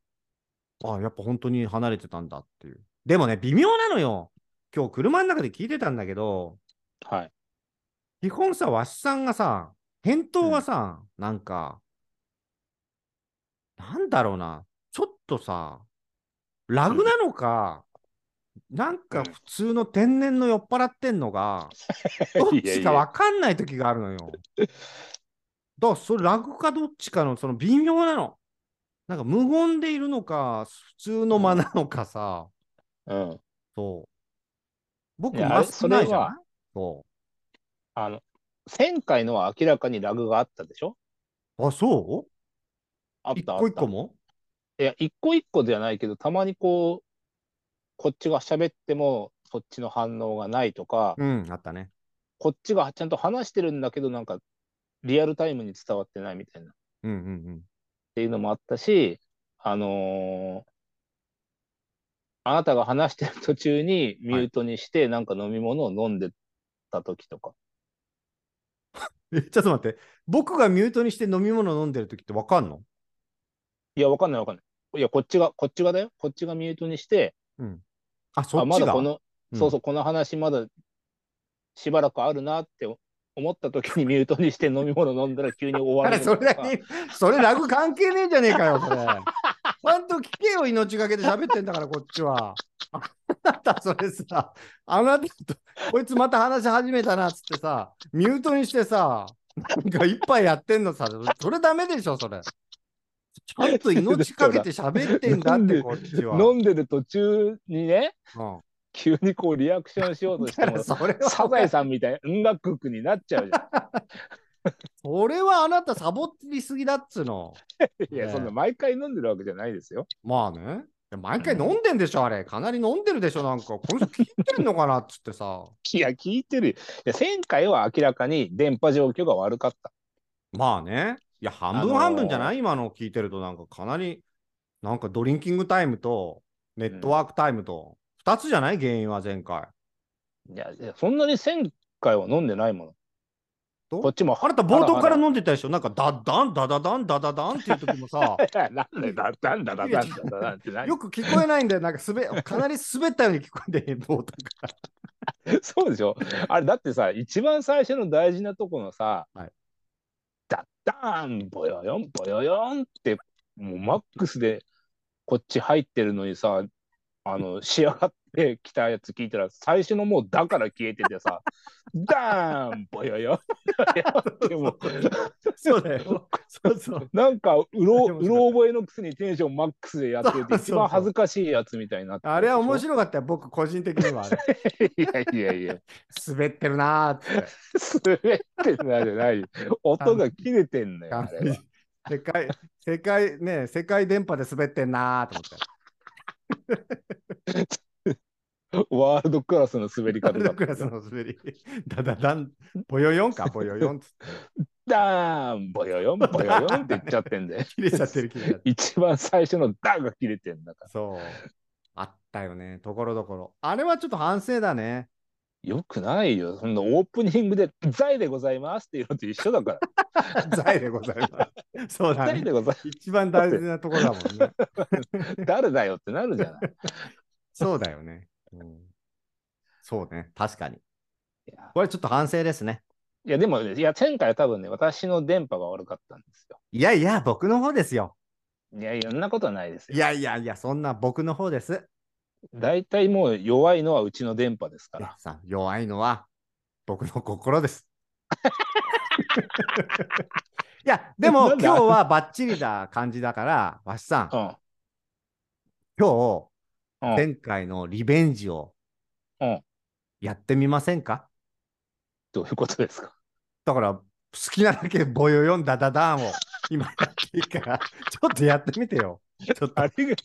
[SPEAKER 1] あやっぱ本当に離れてたんだっていうでもね微妙なのよ今日車の中で聞いてたんだけど
[SPEAKER 2] はい。
[SPEAKER 1] 基本さわしさんがさ返答がさ、なんかなんだろうなちょっとさラグなのか、なんか普通の天然の酔っ払ってんのが、どっ
[SPEAKER 2] いや
[SPEAKER 1] ち
[SPEAKER 2] い
[SPEAKER 1] か
[SPEAKER 2] や。
[SPEAKER 1] わかんない時があるのよ。だからそれラグかどっちかのその微妙なの。なんか無言でいるのか普通の間なのかさ。
[SPEAKER 2] うん。
[SPEAKER 1] そう。僕
[SPEAKER 2] いや
[SPEAKER 1] マスクないじゃ
[SPEAKER 2] あれ
[SPEAKER 1] ないそ
[SPEAKER 2] あの、前回のは明らかにラグがあったでしょ
[SPEAKER 1] う。あ、そう
[SPEAKER 2] あった
[SPEAKER 1] 一
[SPEAKER 2] あった。
[SPEAKER 1] 個一個も
[SPEAKER 2] いや、一個一個ではないけど、たまにこう、こっちが喋っても、そっちの反応がないとか、
[SPEAKER 1] うん、あったね。
[SPEAKER 2] こっちがちゃんと話してるんだけど、なんか、リアルタイムに伝わってないみたいな、っ
[SPEAKER 1] うんうん
[SPEAKER 2] ていうのもあったし、あのーあなたが話してる途中にミュートにして、なんか飲み物を飲んでた時とか。
[SPEAKER 1] うん。え、ちょっと待って。僕がミュートにして飲み物飲んでる時ってわかんの
[SPEAKER 2] いや、わかんないわかんない。いや、こっちが、こっちがだよ。こっちがミュートにして、
[SPEAKER 1] あ、そ
[SPEAKER 2] あ、
[SPEAKER 1] っ
[SPEAKER 2] ま
[SPEAKER 1] ち
[SPEAKER 2] だ
[SPEAKER 1] が。
[SPEAKER 2] この、
[SPEAKER 1] うん
[SPEAKER 2] そうそう、この話まだしばらくあるなって思った時にミュートにして飲み物飲んだら急に終わ
[SPEAKER 1] あ
[SPEAKER 2] る
[SPEAKER 1] れ、そ
[SPEAKER 2] のとか
[SPEAKER 1] れだけ、それラグ関係ねえじゃねえかよ、それ。 ちゃんと聞けよ、命がけで喋ってんだから、こっちは。あなた、それさ、あなたと、こいつまた話し始めたな、つってさ、ミュートにしてさ、なんか一杯やってんのさ、それダメでしょ、それ。ちゃんと命かけて喋ってんだ
[SPEAKER 2] な
[SPEAKER 1] っ
[SPEAKER 2] ん
[SPEAKER 1] て、
[SPEAKER 2] で
[SPEAKER 1] こっちは。
[SPEAKER 2] 飲んでる途中にね、
[SPEAKER 1] うん
[SPEAKER 2] 急にこうリアクションしようとして
[SPEAKER 1] だか
[SPEAKER 2] も
[SPEAKER 1] ら、 それは、
[SPEAKER 2] サザエさんみたいな音楽区になっちゃうじゃ
[SPEAKER 1] それはあなたサボりすぎだっつうの。
[SPEAKER 2] ん。 いや、
[SPEAKER 1] ね
[SPEAKER 2] そんな毎回飲んでるわけじゃないですよ。
[SPEAKER 1] まあね。いや毎回飲んでんでしょ、あれ。かなり飲んでるでしょ、なんか。この人聞いてんのかなっつってさ。
[SPEAKER 2] いや、聞いてるよ。いや、前回は明らかに電波状況が悪かった。
[SPEAKER 1] まあね。いや、半
[SPEAKER 2] あ
[SPEAKER 1] 分
[SPEAKER 2] のー
[SPEAKER 1] 半分じゃない、今の聞いてると、なんかかなり、なんかドリンキングタイムと、ネットワークタイムと、2つじゃない原因は前回。
[SPEAKER 2] いや、いやそんなに前回は飲んでないも
[SPEAKER 1] ど
[SPEAKER 2] の。こっちも。
[SPEAKER 1] あなた冒頭から飲んでたでしょなんか、ダッダン、ダダダン、ダダダンっていう時もさ、
[SPEAKER 2] いや なんでだ、なんだ、なんだ、なんだ、なんだなんて何
[SPEAKER 1] よく聞こえないんだよ。なんかすべ、かなり滑ったように聞こえて、冒頭から。
[SPEAKER 2] そうでしょあれだってさ一番最初の大事なとこのさ「
[SPEAKER 1] はい
[SPEAKER 2] ダッダーンボヨヨンボヨヨン」ってもうマックスでこっち入ってるのにさあの仕上がってきたやつ聞いたら最初のもう「だ」から消えててさ「ダーンボヨヨンボヨヨン」ってもう
[SPEAKER 1] そうだよ。そうそう。
[SPEAKER 2] なんかうろうろ覚えのくせにテンションマックスでやってて
[SPEAKER 1] そうそうそう
[SPEAKER 2] 一番恥ずかしいやつみたいになって
[SPEAKER 1] あれは面
[SPEAKER 2] い
[SPEAKER 1] 白かったよ。僕、個人的にはあれ。
[SPEAKER 2] いやいやいや
[SPEAKER 1] 滑ってるなーって。
[SPEAKER 2] 滑ってんなじゃないよ。音が切れてんのよ。
[SPEAKER 1] 完
[SPEAKER 2] あれは
[SPEAKER 1] 璧世界、世界、ね、世界電波で滑ってんなーと思って。
[SPEAKER 2] ワールドクラスの滑り
[SPEAKER 1] ワ
[SPEAKER 2] 方
[SPEAKER 1] ールド
[SPEAKER 2] だっ
[SPEAKER 1] ク
[SPEAKER 2] た
[SPEAKER 1] ラスの滑り。だだだん、ぼよよんか、ぼよよんつって。。
[SPEAKER 2] ダーンボヨヨンボヨヨンって言っちゃってんで
[SPEAKER 1] 切れちゃってる、切れちゃってる。
[SPEAKER 2] 一番最初のダーが切れてんだから。
[SPEAKER 1] そう。あったよね、ところどころ。あれはちょっと反省だね。
[SPEAKER 2] よくないよ。そんなオープニングで「財でございます」っていうのと一緒だ か
[SPEAKER 1] 罪でございます。そう
[SPEAKER 2] ら。
[SPEAKER 1] だ
[SPEAKER 2] 財
[SPEAKER 1] ね。
[SPEAKER 2] でございま
[SPEAKER 1] 一番大事なところだもんね。
[SPEAKER 2] す。誰だよってなるじゃない。
[SPEAKER 1] そうだよね。うんそうね、確かに。
[SPEAKER 2] いや
[SPEAKER 1] これちょっと反省ですね。
[SPEAKER 2] いやでも、いや前回は多分ね、私の電波が悪かったんですよ。
[SPEAKER 1] いやいや、僕の方ですよ。
[SPEAKER 2] いやいや、そんなことはないです
[SPEAKER 1] い
[SPEAKER 2] よ。
[SPEAKER 1] やいやいや、そんな僕の方です。
[SPEAKER 2] 大体もう弱いのはうちの電波ですから
[SPEAKER 1] ね。さん弱いのは僕の心です。 いや、でも
[SPEAKER 2] なんだ
[SPEAKER 1] 今日はバッチリな感じだから、わしさん、
[SPEAKER 2] うん。
[SPEAKER 1] 今
[SPEAKER 2] う
[SPEAKER 1] 日、
[SPEAKER 2] ん、
[SPEAKER 1] 前回のリベンジを
[SPEAKER 2] うん
[SPEAKER 1] やってみませんか
[SPEAKER 2] どういうことですか
[SPEAKER 1] だから、好きなだけボヨヨンダダダーンを今やっていいから、ちょっとやってみてよ。ちょっと
[SPEAKER 2] あれが、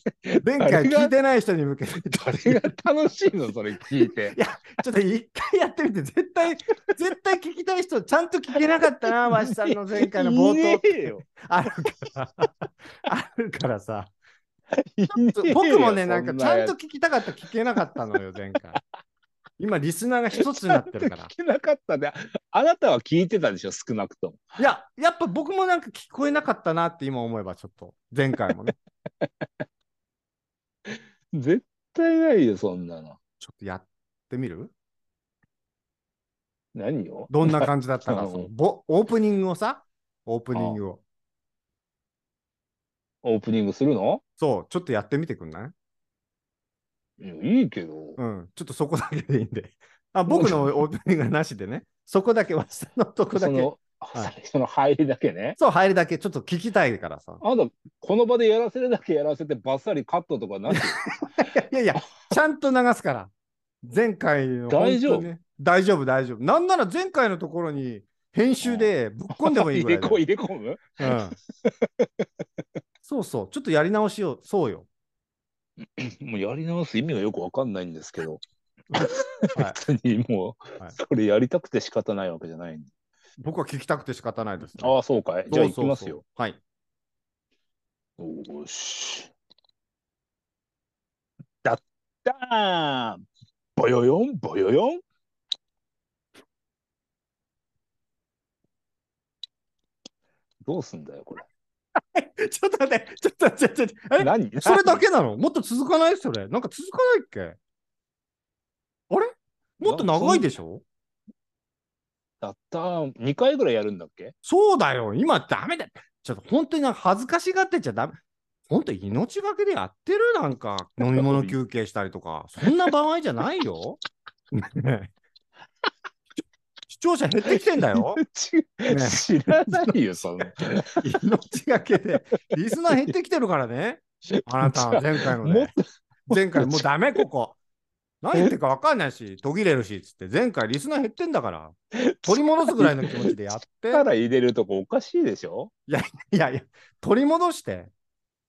[SPEAKER 1] 前回
[SPEAKER 2] 誰が
[SPEAKER 1] 聞いてない人に向けて、ちょっと
[SPEAKER 2] 誰が楽しいの、 それ聞いて。
[SPEAKER 1] ちょっと一回やってみて、絶 対、絶対聞きたい人、ちゃんと聞けなかったな、わしさんの前回の冒頭
[SPEAKER 2] いね。えよ。
[SPEAKER 1] あるから、あるからさ、
[SPEAKER 2] いねえよ
[SPEAKER 1] 僕もね、なんかちゃんと
[SPEAKER 2] そ
[SPEAKER 1] 聞きたかった、聞けなかったのよ、前回。今、リスナーが一つに
[SPEAKER 2] な
[SPEAKER 1] なっ
[SPEAKER 2] やつ
[SPEAKER 1] てるから
[SPEAKER 2] 聞。けなかったで、あなたは聞いてたでしょ、少なくとも。
[SPEAKER 1] いや、やっぱ僕もなんか聞こえなかったなって今思えばちょっと、前回もね、
[SPEAKER 2] 絶対ないよ、そんなの。
[SPEAKER 1] ちょっとやってみる
[SPEAKER 2] 何よ
[SPEAKER 1] どんな感じだったか、
[SPEAKER 2] うん
[SPEAKER 1] そのぼオープニングをさ、オープニングを。
[SPEAKER 2] オープニングするの
[SPEAKER 1] そう、ちょっとやってみてくんない
[SPEAKER 2] いやいいけど。
[SPEAKER 1] うん、ちょっとそこだけでいいんで。あ、僕のオープニングはなしでね、そこだけ、わしのとこだ
[SPEAKER 2] そ
[SPEAKER 1] け。
[SPEAKER 2] の、
[SPEAKER 1] は
[SPEAKER 2] 最初の入りだけね。
[SPEAKER 1] そう、入るだけ、ちょっと聞きたいからさ。
[SPEAKER 2] あなた、この場でやらせるだけやらせて、ばっさりカットとかなし。
[SPEAKER 1] いやいや、ちゃんと流すから。前回の、
[SPEAKER 2] 大丈夫
[SPEAKER 1] 本当にね大丈夫、大丈夫。なんなら前回のところに、編集でぶっ込んでもいい
[SPEAKER 2] 入
[SPEAKER 1] ぐら
[SPEAKER 2] れ
[SPEAKER 1] いだ
[SPEAKER 2] こ、入れ込む
[SPEAKER 1] うん、そうそう、ちょっとやり直しを、そうよ。
[SPEAKER 2] もうやり直す意味がよくわかんないんですけど。
[SPEAKER 1] はい
[SPEAKER 2] 別にも、
[SPEAKER 1] はいう
[SPEAKER 2] それやりたくて仕方ないわけじゃないんで。
[SPEAKER 1] 僕は聞きたくて仕方ないですね、
[SPEAKER 2] ああ、そうかい。じゃあ行きますよ。
[SPEAKER 1] そうそうそう。はい。
[SPEAKER 2] よーし。だったーんぼよよんぼよよんどうすんだよ、これ。
[SPEAKER 1] ちょっと待って、ちょっと待って、ちょっと待って、
[SPEAKER 2] 何
[SPEAKER 1] えそれだけなのもっと続かないそれ。なんか続かないっけあれもっと長いでしょ
[SPEAKER 2] だったーん2回ぐらいやるんだっけ
[SPEAKER 1] そうだよ、今ダメだ。ちょっと本当になんか恥ずかしがってちゃダメ。本当命がけでやってるなんか飲み物休憩したりとか、そんな場合じゃないよ。ねえ視聴者減ってきてんだよ。
[SPEAKER 2] 違う
[SPEAKER 1] ね
[SPEAKER 2] 知らないよ、そんな。
[SPEAKER 1] 命がけで。リスナー減ってきてるから ね。あなた、前回の
[SPEAKER 2] もっ
[SPEAKER 1] ね。前回もうダメ、ここ。何言ってるか分かんないし、途切れるし、つって。前回リスナー減ってんだから。取り戻すぐらいの気持ちでや って。
[SPEAKER 2] 力入れるとこおかしいでしょ
[SPEAKER 1] いやいや、取り戻して。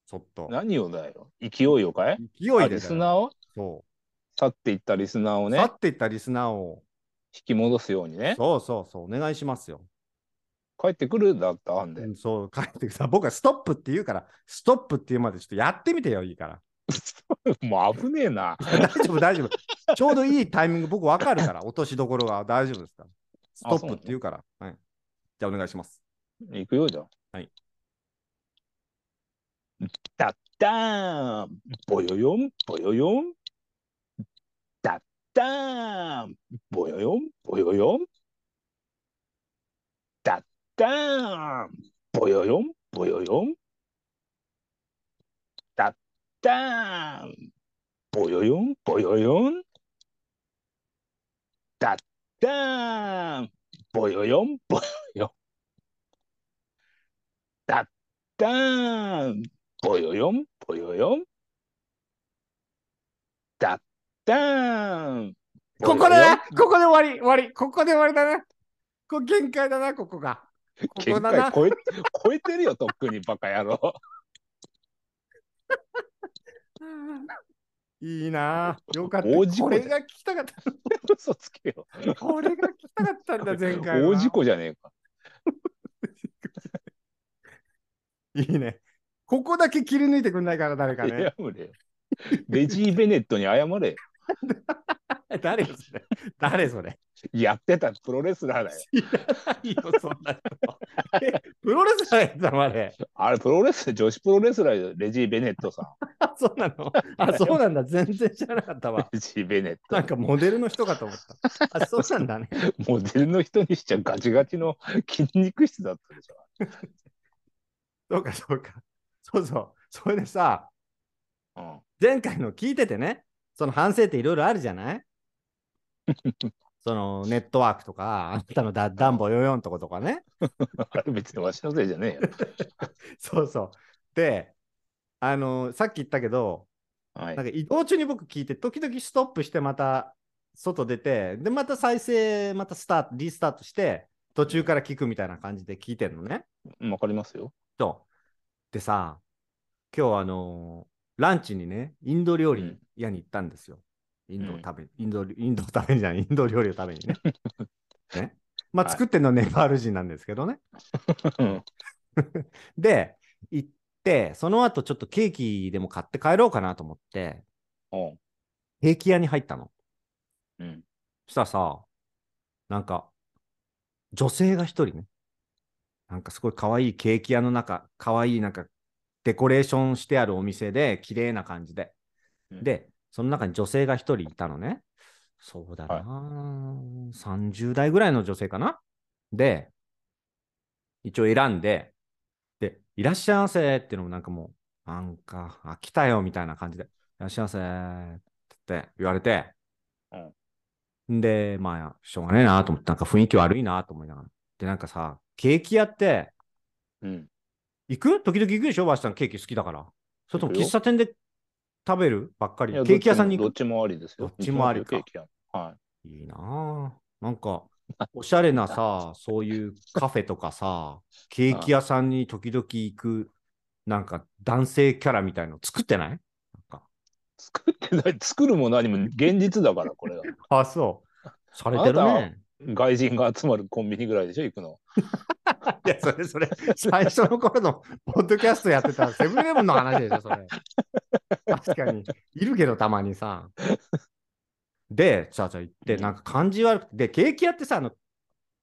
[SPEAKER 1] ちょっと。
[SPEAKER 2] 何をだよ。勢いをかい
[SPEAKER 1] 勢いでだ
[SPEAKER 2] あ
[SPEAKER 1] よ。
[SPEAKER 2] リスナーを
[SPEAKER 1] そ
[SPEAKER 2] 去っていったリスナーを
[SPEAKER 1] う。
[SPEAKER 2] ね
[SPEAKER 1] 去、っていったリスナーを。
[SPEAKER 2] 引き戻すようにね。
[SPEAKER 1] そうそうそう、お願いしますよ。
[SPEAKER 2] 帰ってくるだったんで
[SPEAKER 1] う。んそう、帰ってさ、僕はストップって言うから、ストップって言うまでちょっとやってみてよ、いいから。
[SPEAKER 2] もう危ねえな。
[SPEAKER 1] 大丈夫、大丈夫。ちょうどいいタイミング、僕わかるから、落としどころが大丈夫ですから。ストップって言うから。はい、じゃあ、お願いします。
[SPEAKER 2] 行くよじゃん。
[SPEAKER 1] はい。
[SPEAKER 2] だったーんぼよよんぼよよんだったーんぼよよんぼよよんだったーんぼよよんぼよよんだったーんぼよよんぼよよんだったーんぼよよんぼよよんダーンぽよよんぽよよんダッダーン
[SPEAKER 1] ここだな、ここで終わり、終わり、ここで終わりだな。こう限界だな、ここが。ここ
[SPEAKER 2] 限
[SPEAKER 1] だ
[SPEAKER 2] 界
[SPEAKER 1] な。
[SPEAKER 2] 超え超えてるよとっくにバカ野郎
[SPEAKER 1] いいなぁ。よかった。
[SPEAKER 2] 大事
[SPEAKER 1] こ
[SPEAKER 2] 故じゃ
[SPEAKER 1] れ
[SPEAKER 2] ん
[SPEAKER 1] が聞きたかった。
[SPEAKER 2] 嘘つけよ
[SPEAKER 1] これが聞きたかったんだ、前回は。
[SPEAKER 2] 大事故じゃねえか
[SPEAKER 1] いいね。ここだけ切り抜いてくんないから、誰かね。
[SPEAKER 2] 謝れよレジー・ベネットに謝れよ
[SPEAKER 1] 誰それ誰それ
[SPEAKER 2] やってたプロレス ラーだよ
[SPEAKER 1] 知ら ないよ、そんなの。 えプロレスラーやったのあれ。
[SPEAKER 2] あれプロレス女子プロレスラーだよレジー・ベネットさん
[SPEAKER 1] あ、そうなの。あ、そうなんだ。全然知らなかったわ。
[SPEAKER 2] レジー・ベネッ
[SPEAKER 1] なん
[SPEAKER 2] ト
[SPEAKER 1] かモデルの人かと思った。あ、そうなんだね。
[SPEAKER 2] モデルの人にしちゃガチガチの筋肉質だったでしょ
[SPEAKER 1] そうか、そうか。そうそう。それでさ、
[SPEAKER 2] うん
[SPEAKER 1] 前回の聞いててね、その反省っていろいろあるじゃないそのネットワークとか、あなたのダダンボ44とことかね。
[SPEAKER 2] あれ別にわしのせいじゃねえよ
[SPEAKER 1] そうそう。で、あのさっき言ったけど、
[SPEAKER 2] はい
[SPEAKER 1] なんか移動中に僕聞いて、時々ストップして、また外出て、で、また再生、またスタート、リスタートして、途中から聞くみたいな感じで聞いてんのね。
[SPEAKER 2] わかりますよ。
[SPEAKER 1] と。でさ、今日あのーランチにね、インド料理屋に行ったんですよ。インドを食べ、インド、インドを食べんじゃない、イ ンド料理を食べに ね。ね。ま
[SPEAKER 2] は
[SPEAKER 1] あ、
[SPEAKER 2] い
[SPEAKER 1] 作ってるのはネパール人なんですけどね。で、行って、その後ちょっとケーキでも買って帰ろうかなと思って、
[SPEAKER 2] うん
[SPEAKER 1] ケーキ屋に入ったの。
[SPEAKER 2] うん
[SPEAKER 1] そしたらさ、なんか、女性が一人ね、なんかすごい可愛いケーキ屋の中、可愛いなんかデコレーションしてあるお店で、綺麗な感じで。
[SPEAKER 2] うん
[SPEAKER 1] で、その中に女性が一人いたのね。そうだな、
[SPEAKER 2] はい
[SPEAKER 1] 30代ぐらいの女性かな。で、一応選んで、で、いらっしゃいませっていうのもなんかもう、なんか、あ、来たよみたいな感じで、いらっしゃいませって言われて、んで、まあ、しょうがねえなと思って、なんか雰囲気悪いなと思いながら。で、なんかさ、ケーキ屋って、
[SPEAKER 2] うん。
[SPEAKER 1] 行く時々行くでしょバシさんケーキ好きだから。それとも
[SPEAKER 2] 行くよ
[SPEAKER 1] 喫茶店で食べるばっかり
[SPEAKER 2] い。や
[SPEAKER 1] ケーキ屋さんに
[SPEAKER 2] ど
[SPEAKER 1] 行
[SPEAKER 2] っ
[SPEAKER 1] く。
[SPEAKER 2] ちもどっちもありですよ。
[SPEAKER 1] どっちもありか
[SPEAKER 2] ケーキ屋。はい
[SPEAKER 1] いなぁ。なんか、おしゃれなさ、そういうカフェとかさ、ケーキ屋さんに時々行く、なんか男性キャラみたいの作ってないなんか。
[SPEAKER 2] い。作ってない、作るも何も現実だから、これが。
[SPEAKER 1] あ、そう。されてる
[SPEAKER 2] あな
[SPEAKER 1] ね。
[SPEAKER 2] 外人が集まるコンビニぐらいでしょ、行くの。
[SPEAKER 1] いや、それそれ、最初の頃のポッドキャストやってたセブンイレブンの話でしょ、それ。確かに。いるけど、たまにさ。で、さあ、じゃあ行って、
[SPEAKER 2] うん
[SPEAKER 1] なんか感じ悪くて、で、ケーキ屋ってさ、あの、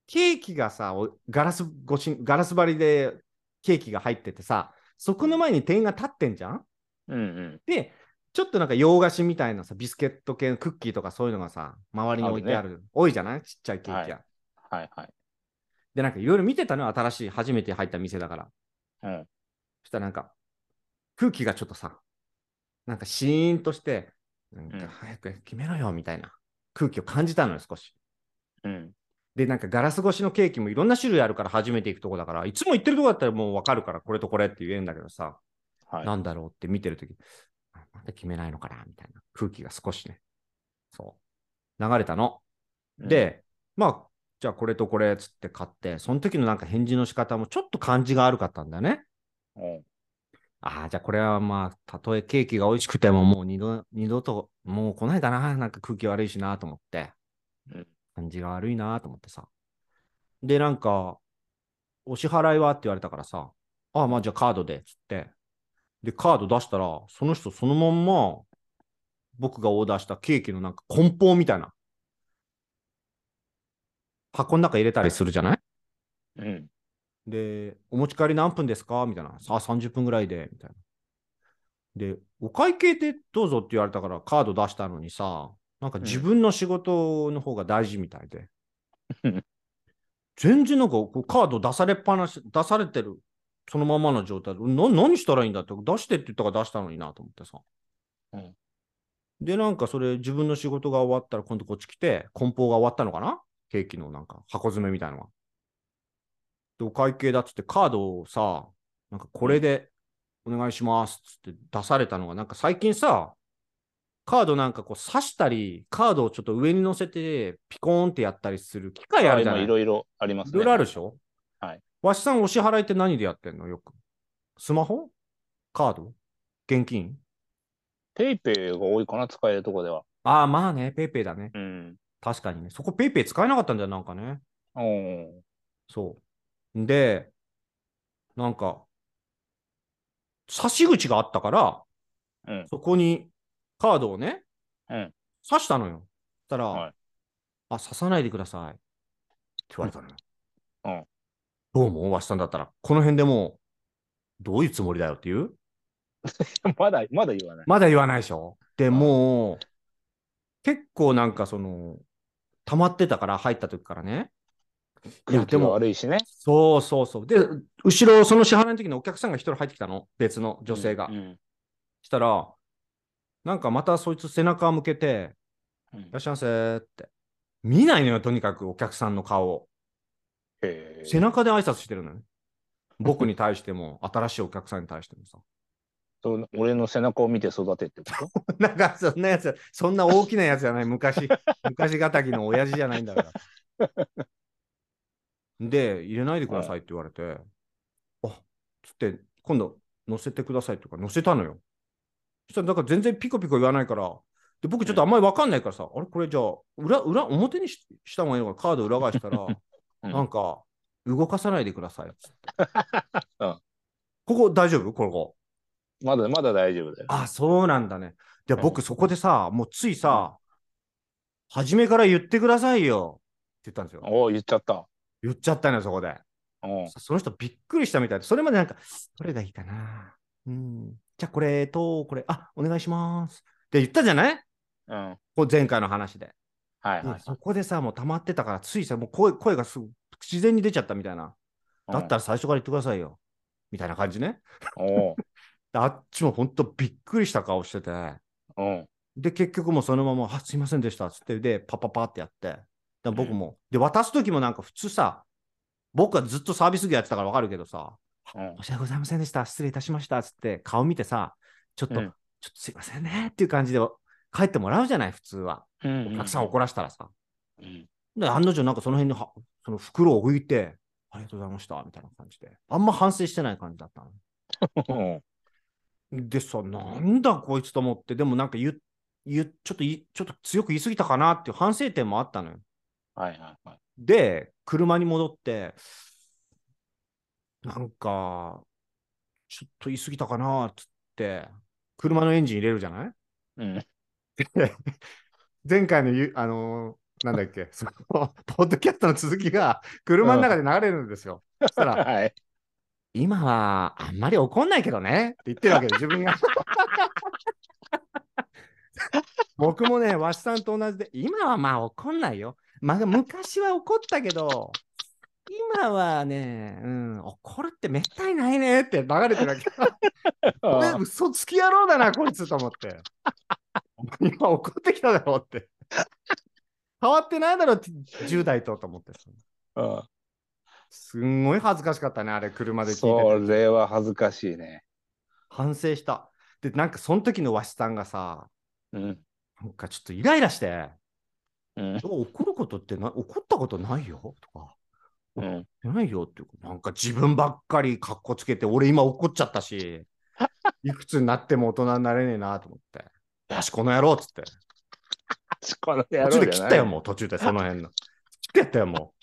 [SPEAKER 1] ケーキがさ、おガラス越し、ガラス張りでケーキが入っててさ、そこの前に店員が立ってんじゃん
[SPEAKER 2] うん
[SPEAKER 1] で、ちょっとなんか洋菓子みたいなさ、ビスケット系のクッキーとかそういうのがさ、周りに置いてある、多いじゃないちっちゃいケーキ屋。
[SPEAKER 2] うん。はいはい。
[SPEAKER 1] で、なんかいろいろ見てたのよ、新しい、初めて入った店だから。
[SPEAKER 2] うん。
[SPEAKER 1] そしたらなんか、空気がちょっとさ、なんかシーンとして、なん
[SPEAKER 2] うん
[SPEAKER 1] か早く決めろよみたいな空気を感じたのよ、少し。
[SPEAKER 2] うん。
[SPEAKER 1] で、なんかガラス越しのケーキもいろんな種類あるから初めて行くとこだから、いつも行ってるとこだったらもう分かるから、これとこれって言えるんだけどさ、
[SPEAKER 2] はい。
[SPEAKER 1] なんだろうって見てるとき、あなんで決めないのかなみたいな空気が少しね、そう、流れたの。
[SPEAKER 2] うん、
[SPEAKER 1] で、まあ、じゃあこれとこれっつって買って、その時のなんか返事の仕方もちょっと感じが悪かったんだよね。
[SPEAKER 2] うん
[SPEAKER 1] ああ、じゃあこれはまあ、たとえケーキが美味しくてももう二度、二度と、もう来ないかな、なんか空気悪いしなと思って、
[SPEAKER 2] うん
[SPEAKER 1] 感じが悪いなと思ってさ。で、なんか、お支払いはって言われたからさ、ああ、まあじゃあカードで、つって。で、カード出したら、その人そのまんま、僕がオーダーしたケーキのなんか梱包みたいな。箱の中入れたりするじゃない
[SPEAKER 2] うん。
[SPEAKER 1] で、お持ち帰り何分ですかみたいな。さあ、30分ぐらいで、みたいな。で、お会計でどうぞって言われたからカード出したのにさ、なんか
[SPEAKER 2] うん
[SPEAKER 1] 自分の仕事の方が大事みたいで
[SPEAKER 2] うん。
[SPEAKER 1] 全然なんかこうカード出されっぱなし、出されてる、そのままの状態で、な何したらいいんだって、出してって言ったから出したのになと思ってさ。
[SPEAKER 2] うん
[SPEAKER 1] で、なんかそれ自分の仕事が終わったら今度こっち来て、梱包が終わったのかなケーキのなんか箱詰めみたいなのが。で、お会計だっつってカードをさ、なんかこれでお願いしますっつって出されたのが、なんか最近さ、カードなんかこう刺したり、カードをちょっと上に乗せてピコーンってやったりする機械あるじゃ
[SPEAKER 2] あ
[SPEAKER 1] ない
[SPEAKER 2] 今いろいろあります
[SPEAKER 1] い
[SPEAKER 2] ね。
[SPEAKER 1] ろいろあるでしょ
[SPEAKER 2] はい。
[SPEAKER 1] わしさんお支払いって何でやってんのよく。スマホカード現金
[SPEAKER 2] ペイペイが多いかな、使えるとこでは。
[SPEAKER 1] ああ、まあね、ペイペイだね。
[SPEAKER 2] うん。
[SPEAKER 1] 確かにね。そこペイペイ使えなかったんだよ、なんかね。
[SPEAKER 2] うん。
[SPEAKER 1] そう。で、なんか、差し口があったから、
[SPEAKER 2] うん
[SPEAKER 1] そこにカードをね、
[SPEAKER 2] うん
[SPEAKER 1] 刺したのよ。そしたら、
[SPEAKER 2] はい
[SPEAKER 1] あ、刺さないでください。って言われたのよ。
[SPEAKER 2] うん
[SPEAKER 1] どう思うわしさんだったら、この辺でもう、どういうつもりだよっていう
[SPEAKER 2] まだ、まだ言わない。
[SPEAKER 1] まだ言わないでしょで、
[SPEAKER 2] ん
[SPEAKER 1] もう、結構なんかその、溜まってたから、入った時からね。いや
[SPEAKER 2] 空
[SPEAKER 1] で
[SPEAKER 2] 気が
[SPEAKER 1] も
[SPEAKER 2] 悪いしね。
[SPEAKER 1] そうそうそう。で、後ろ、その支払いの時にお客さんが一人入ってきたの、別の女性が。
[SPEAKER 2] うん
[SPEAKER 1] したら、なんかまたそいつ背中向けて、
[SPEAKER 2] うん
[SPEAKER 1] いらっしゃいませーって。見ないのよ、とにかくお客さんの顔を。
[SPEAKER 2] へ
[SPEAKER 1] 背
[SPEAKER 2] ー
[SPEAKER 1] 中で挨拶してるのね。僕に対しても、新しいお客さんに対してもさ。
[SPEAKER 2] そう俺の背中を見て育てってこと
[SPEAKER 1] なんかそんなやつ、そんな大きなやつじゃない、昔、昔がたきの親父じゃないんだから。で、入れないでくださいって言われて、あつって、今度、乗せてくださいとか、乗せたのよ。そしたら、だから全然ピコピコ言わないから、で僕ちょっとあんまり分かんないからさ、あれ、これじゃあ、裏、裏、表にしした方がいいのか、カード裏返したら、
[SPEAKER 2] うん
[SPEAKER 1] なんか、動かさないでくださいっつって
[SPEAKER 2] うん
[SPEAKER 1] ここ大丈夫ここ。
[SPEAKER 2] まだまだ大丈夫だよ。
[SPEAKER 1] あ、そうなんだね。で、
[SPEAKER 2] うん
[SPEAKER 1] 僕そこでさ、もうついさ、初めから言ってくださいよって言ったんですよ。
[SPEAKER 2] おお、言っちゃった。
[SPEAKER 1] 言っちゃったのよ、そこで。
[SPEAKER 2] うん
[SPEAKER 1] その人びっくりしたみたいで、それまでなんか、どれがいいかな。うん。じゃあこれと、これ、あ、お願いします。って言ったじゃない
[SPEAKER 2] うん。はい
[SPEAKER 1] こう前回の話で。
[SPEAKER 2] はい。
[SPEAKER 1] うんそこでさ、もう溜まってたから、ついさ、もう声声がすぐ自然に出ちゃったみたいな。だった
[SPEAKER 2] ら。
[SPEAKER 1] ら最初から言ってくださいよ。みたいな感じね。
[SPEAKER 2] おう
[SPEAKER 1] であっちも本当びっくりした顔してて。
[SPEAKER 2] うん。
[SPEAKER 1] で、結局もうそのまま、あ、すいませんでした。つって、で、パッパッパってやって。で僕も。で、渡す時もなんか普通さ、僕はずっとサービス業やってたからわかるけどさ、
[SPEAKER 2] うん
[SPEAKER 1] 申し訳ございませんでした。失礼いたしました。つって、顔見てさ、ちょっと、
[SPEAKER 2] うん
[SPEAKER 1] ちょっとすいませんねっていう感じで帰ってもらうじゃない、普通は。
[SPEAKER 2] うん
[SPEAKER 1] お客さん怒らせたらさ。
[SPEAKER 2] うん
[SPEAKER 1] で、案の定、なんかその辺にはその袋を置いて、ありがとうございました、みたいな感じで。あんま反省してない感じだったの。
[SPEAKER 2] うん
[SPEAKER 1] でさ、なんだこいつと思って、でもなんか言っ言っちょっといちょっと強く言い過ぎたかなっていう反省点もあったのよ。
[SPEAKER 2] はいはいはい。
[SPEAKER 1] で、車に戻って、なんか、ちょっと言い過ぎたかなっつって、車のエンジン入れるじゃない
[SPEAKER 2] うん。
[SPEAKER 1] 前回のゆ、あのーなんだっけ、 その、ポッドキャストの続きが、車の中で流れるんですよ。そしたら、
[SPEAKER 2] はい。
[SPEAKER 1] 今はあんまり怒んないけどねって言ってるわけで、自分が。 僕もね、わしさんと同じで、今はまあ怒んないよ。まあ、昔は怒ったけど、今はね、うん、怒るってめったにないねって流れてるわ け。これ嘘つき野郎だな、こいつと思って。今怒ってきただろうって。変わってないだろうって、10代とと思って。
[SPEAKER 2] うん
[SPEAKER 1] すんごい恥ずかしかったね、あれ、車で聞いてて。
[SPEAKER 2] それは恥ずかしいね。
[SPEAKER 1] 反省した。で、なんかその時のわしさんがさ、
[SPEAKER 2] うん。
[SPEAKER 1] なんかちょっとイライラして、
[SPEAKER 2] うん。
[SPEAKER 1] 怒ることってな、怒ったことないよとか、
[SPEAKER 2] うん。
[SPEAKER 1] ないよっていうか、なんか自分ばっかりかっこつけて、俺今怒っちゃった し、いくつになっても大人になれねえなと思って、よし、この野郎っつって、
[SPEAKER 2] この野
[SPEAKER 1] 途中
[SPEAKER 2] 郎
[SPEAKER 1] で切
[SPEAKER 2] じゃ
[SPEAKER 1] っ
[SPEAKER 2] な
[SPEAKER 1] た
[SPEAKER 2] い
[SPEAKER 1] よ、。もう途中で、その辺の。切ってやったよ、もう。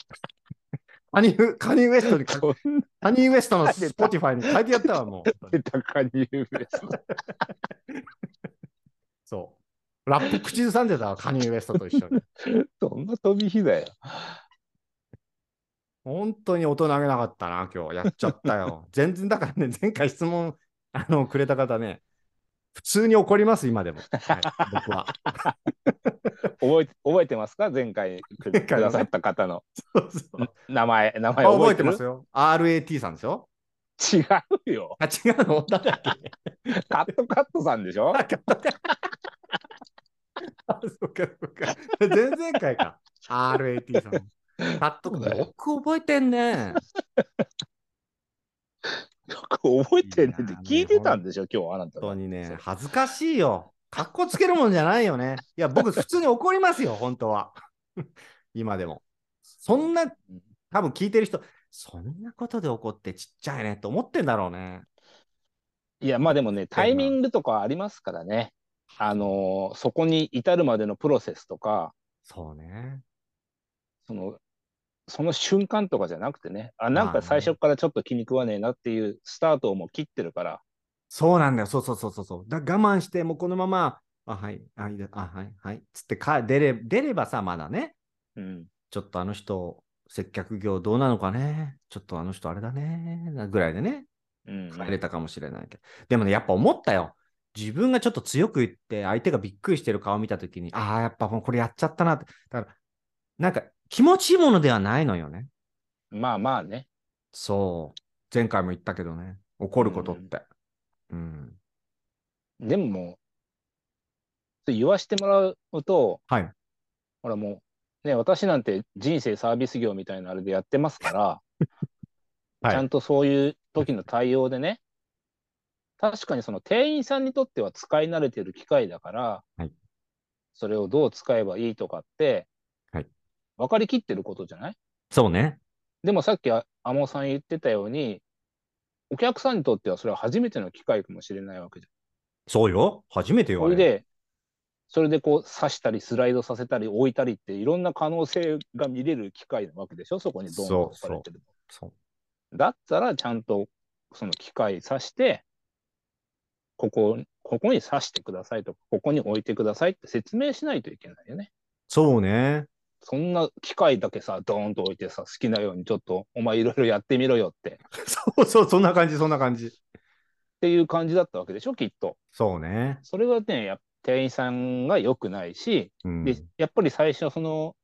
[SPEAKER 1] カニウカニウエストにか、
[SPEAKER 2] こん
[SPEAKER 1] カニウエストのスポティファイに変えてやったわ、もう。
[SPEAKER 2] な高に言うべし。
[SPEAKER 1] そう。ラップ口ずさんでたわ、カニウエストと一緒に。
[SPEAKER 2] どんな飛び火だよ。
[SPEAKER 1] 本当に大人げなかったな、今日。やっちゃったよ。 全然だからね、前回質問あのくれた方ね、普通に怒ります、今でも。はい、僕 は。
[SPEAKER 2] 覚えて覚えてますか前回く
[SPEAKER 1] 前
[SPEAKER 2] く
[SPEAKER 1] 回のね
[SPEAKER 2] ださった方の
[SPEAKER 1] そうそう
[SPEAKER 2] 名前、名前
[SPEAKER 1] あ覚えて
[SPEAKER 2] る
[SPEAKER 1] ますよ。RAT さんでしょ
[SPEAKER 2] 違うよ。
[SPEAKER 1] あ、違うの誰だっけ
[SPEAKER 2] カットカットさんでしょ
[SPEAKER 1] あかあ、そうか、そう か。前々回か。RAT さん。カット
[SPEAKER 2] そうだよ
[SPEAKER 1] よく覚えてんね。
[SPEAKER 2] よく覚えてんねんって
[SPEAKER 1] いやー
[SPEAKER 2] 聞いてたんでしょ今日あな
[SPEAKER 1] 本
[SPEAKER 2] た
[SPEAKER 1] 当
[SPEAKER 2] が。
[SPEAKER 1] にね
[SPEAKER 2] そう、
[SPEAKER 1] 恥ずかしいよ。格好つけるもんじゃないよね。いや、僕、普通に怒りますよ、 本当は。今でも。そんな、多分聞いてる人、そんなことで怒ってちっちゃいねと思ってんだろうね。
[SPEAKER 2] いやまあでもねタイミングとかありますからね。あのーそこに至るまでのプロセスとか
[SPEAKER 1] そうね。
[SPEAKER 2] そのその瞬間とかじゃなくてねあなん
[SPEAKER 1] まあ
[SPEAKER 2] か
[SPEAKER 1] ね
[SPEAKER 2] 最初からちょっと気に食わねえなっていうスタートをもう切ってるから
[SPEAKER 1] そうなんだよ。そうそうそうそうそう。だ我慢して、もうこのまま、あ、はい、あ、いいであはい、はい。つってか出れ、出ればさ、まだね。
[SPEAKER 2] うん
[SPEAKER 1] ちょっとあの人、接客業どうなのかね。ちょっとあの人あれだね。ぐらいでね。
[SPEAKER 2] うん
[SPEAKER 1] 帰れたかもしれないけど。でもね、やっぱ思ったよ。自分がちょっと強く言って、相手がびっくりしてる顔見たときに、ああ、やっぱもうこれやっちゃったなって。だから、なんか気持ちいいものではないのよね。
[SPEAKER 2] まあまあね
[SPEAKER 1] そう。前回も言ったけどね。怒ることって。うん。
[SPEAKER 2] でももうそう言わしてもらうと
[SPEAKER 1] はい。
[SPEAKER 2] ほらもうね私なんて人生サービス業みたいなあれでやってますから
[SPEAKER 1] はい
[SPEAKER 2] ちゃんとそういう時の対応でね、確かにその店員さんにとっては使い慣れてる機械だから、
[SPEAKER 1] はい
[SPEAKER 2] それをどう使えばいいとかって、
[SPEAKER 1] はい
[SPEAKER 2] 分かりきってることじゃない
[SPEAKER 1] そうね。
[SPEAKER 2] でもさっきああもさん言ってたように、お客さんにとってはそれは初めての機会かもしれないわけじ
[SPEAKER 1] そうよ。初めて
[SPEAKER 2] ゃ
[SPEAKER 1] よ。
[SPEAKER 2] ん。そ
[SPEAKER 1] あ
[SPEAKER 2] れ
[SPEAKER 1] れ
[SPEAKER 2] で、それでこう刺したりスライドさせたり置いたりっていろんな可能性が見れる機会なわけでしょそこにドーンと置かれてる。
[SPEAKER 1] そう。
[SPEAKER 2] だったらちゃんとその機械刺して、ここ、ここに刺してくださいとか、ここに置いてくださいって説明しないといけないよね。
[SPEAKER 1] そうね。
[SPEAKER 2] そんな機械だけさ、ドーンと置いてさ、好きなようにちょっと、お前いろいろやってみろよって、っ
[SPEAKER 1] そうそう、そんな感じ、そんな感じ。
[SPEAKER 2] ていう感じだったわけでしょ、きっと。
[SPEAKER 1] そうね。
[SPEAKER 2] それがね、やっ店員さんが良くないし、
[SPEAKER 1] うん、
[SPEAKER 2] で、やっぱり最初、その、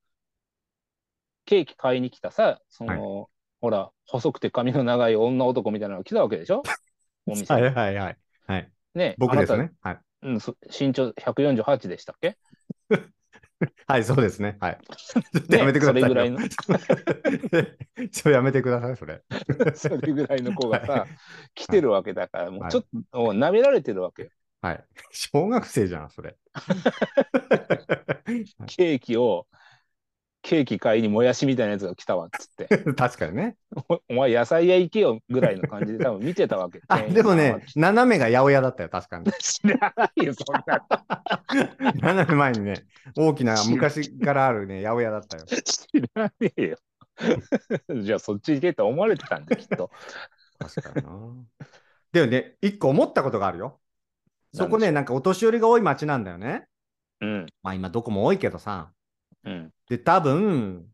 [SPEAKER 2] ケーキ買いに来たさ、その、ほら、細くて髪の長い女男みたいなのが来たわけでし ょお店に。
[SPEAKER 1] はいはいはい。はい、
[SPEAKER 2] ね、
[SPEAKER 1] 僕です
[SPEAKER 2] あな
[SPEAKER 1] ね。はい。
[SPEAKER 2] た。うん、そ身長148でしたっ け
[SPEAKER 1] はい、そうですね。 はい。ちょっとやめてくださいよ。
[SPEAKER 2] それ ぐらいの
[SPEAKER 1] それやめてください、それ。
[SPEAKER 2] それぐらいの子が
[SPEAKER 1] は
[SPEAKER 2] さ、来てるわけだから、も
[SPEAKER 1] は
[SPEAKER 2] う
[SPEAKER 1] い
[SPEAKER 2] ちょっと、もう舐められてるわけよ。
[SPEAKER 1] はい。小学生じゃん、そ れ。
[SPEAKER 2] ケーキを、ケーキ買いにもやしみたいなやつが来たわっつって、
[SPEAKER 1] 確かにね。
[SPEAKER 2] おお前野菜屋行けよぐらいの感じで多分見てたわけ。
[SPEAKER 1] あ、でもね、斜めが八百屋だったよ、確 かに。
[SPEAKER 2] 知ら ないよ、そんな。
[SPEAKER 1] 斜め前にね、大きな昔からあるね、八百屋だったよ。
[SPEAKER 2] 知らねえよ。 じゃあそっち行けって思われてた んで、きっと。
[SPEAKER 1] 確かにな。でもね、一個思ったことがあるよ。そこね、
[SPEAKER 2] なんでしょう
[SPEAKER 1] なんかお年寄りが多い町なんだよね。
[SPEAKER 2] うん、
[SPEAKER 1] まあ今どこも多いけどさ。
[SPEAKER 2] うん。
[SPEAKER 1] で、多分、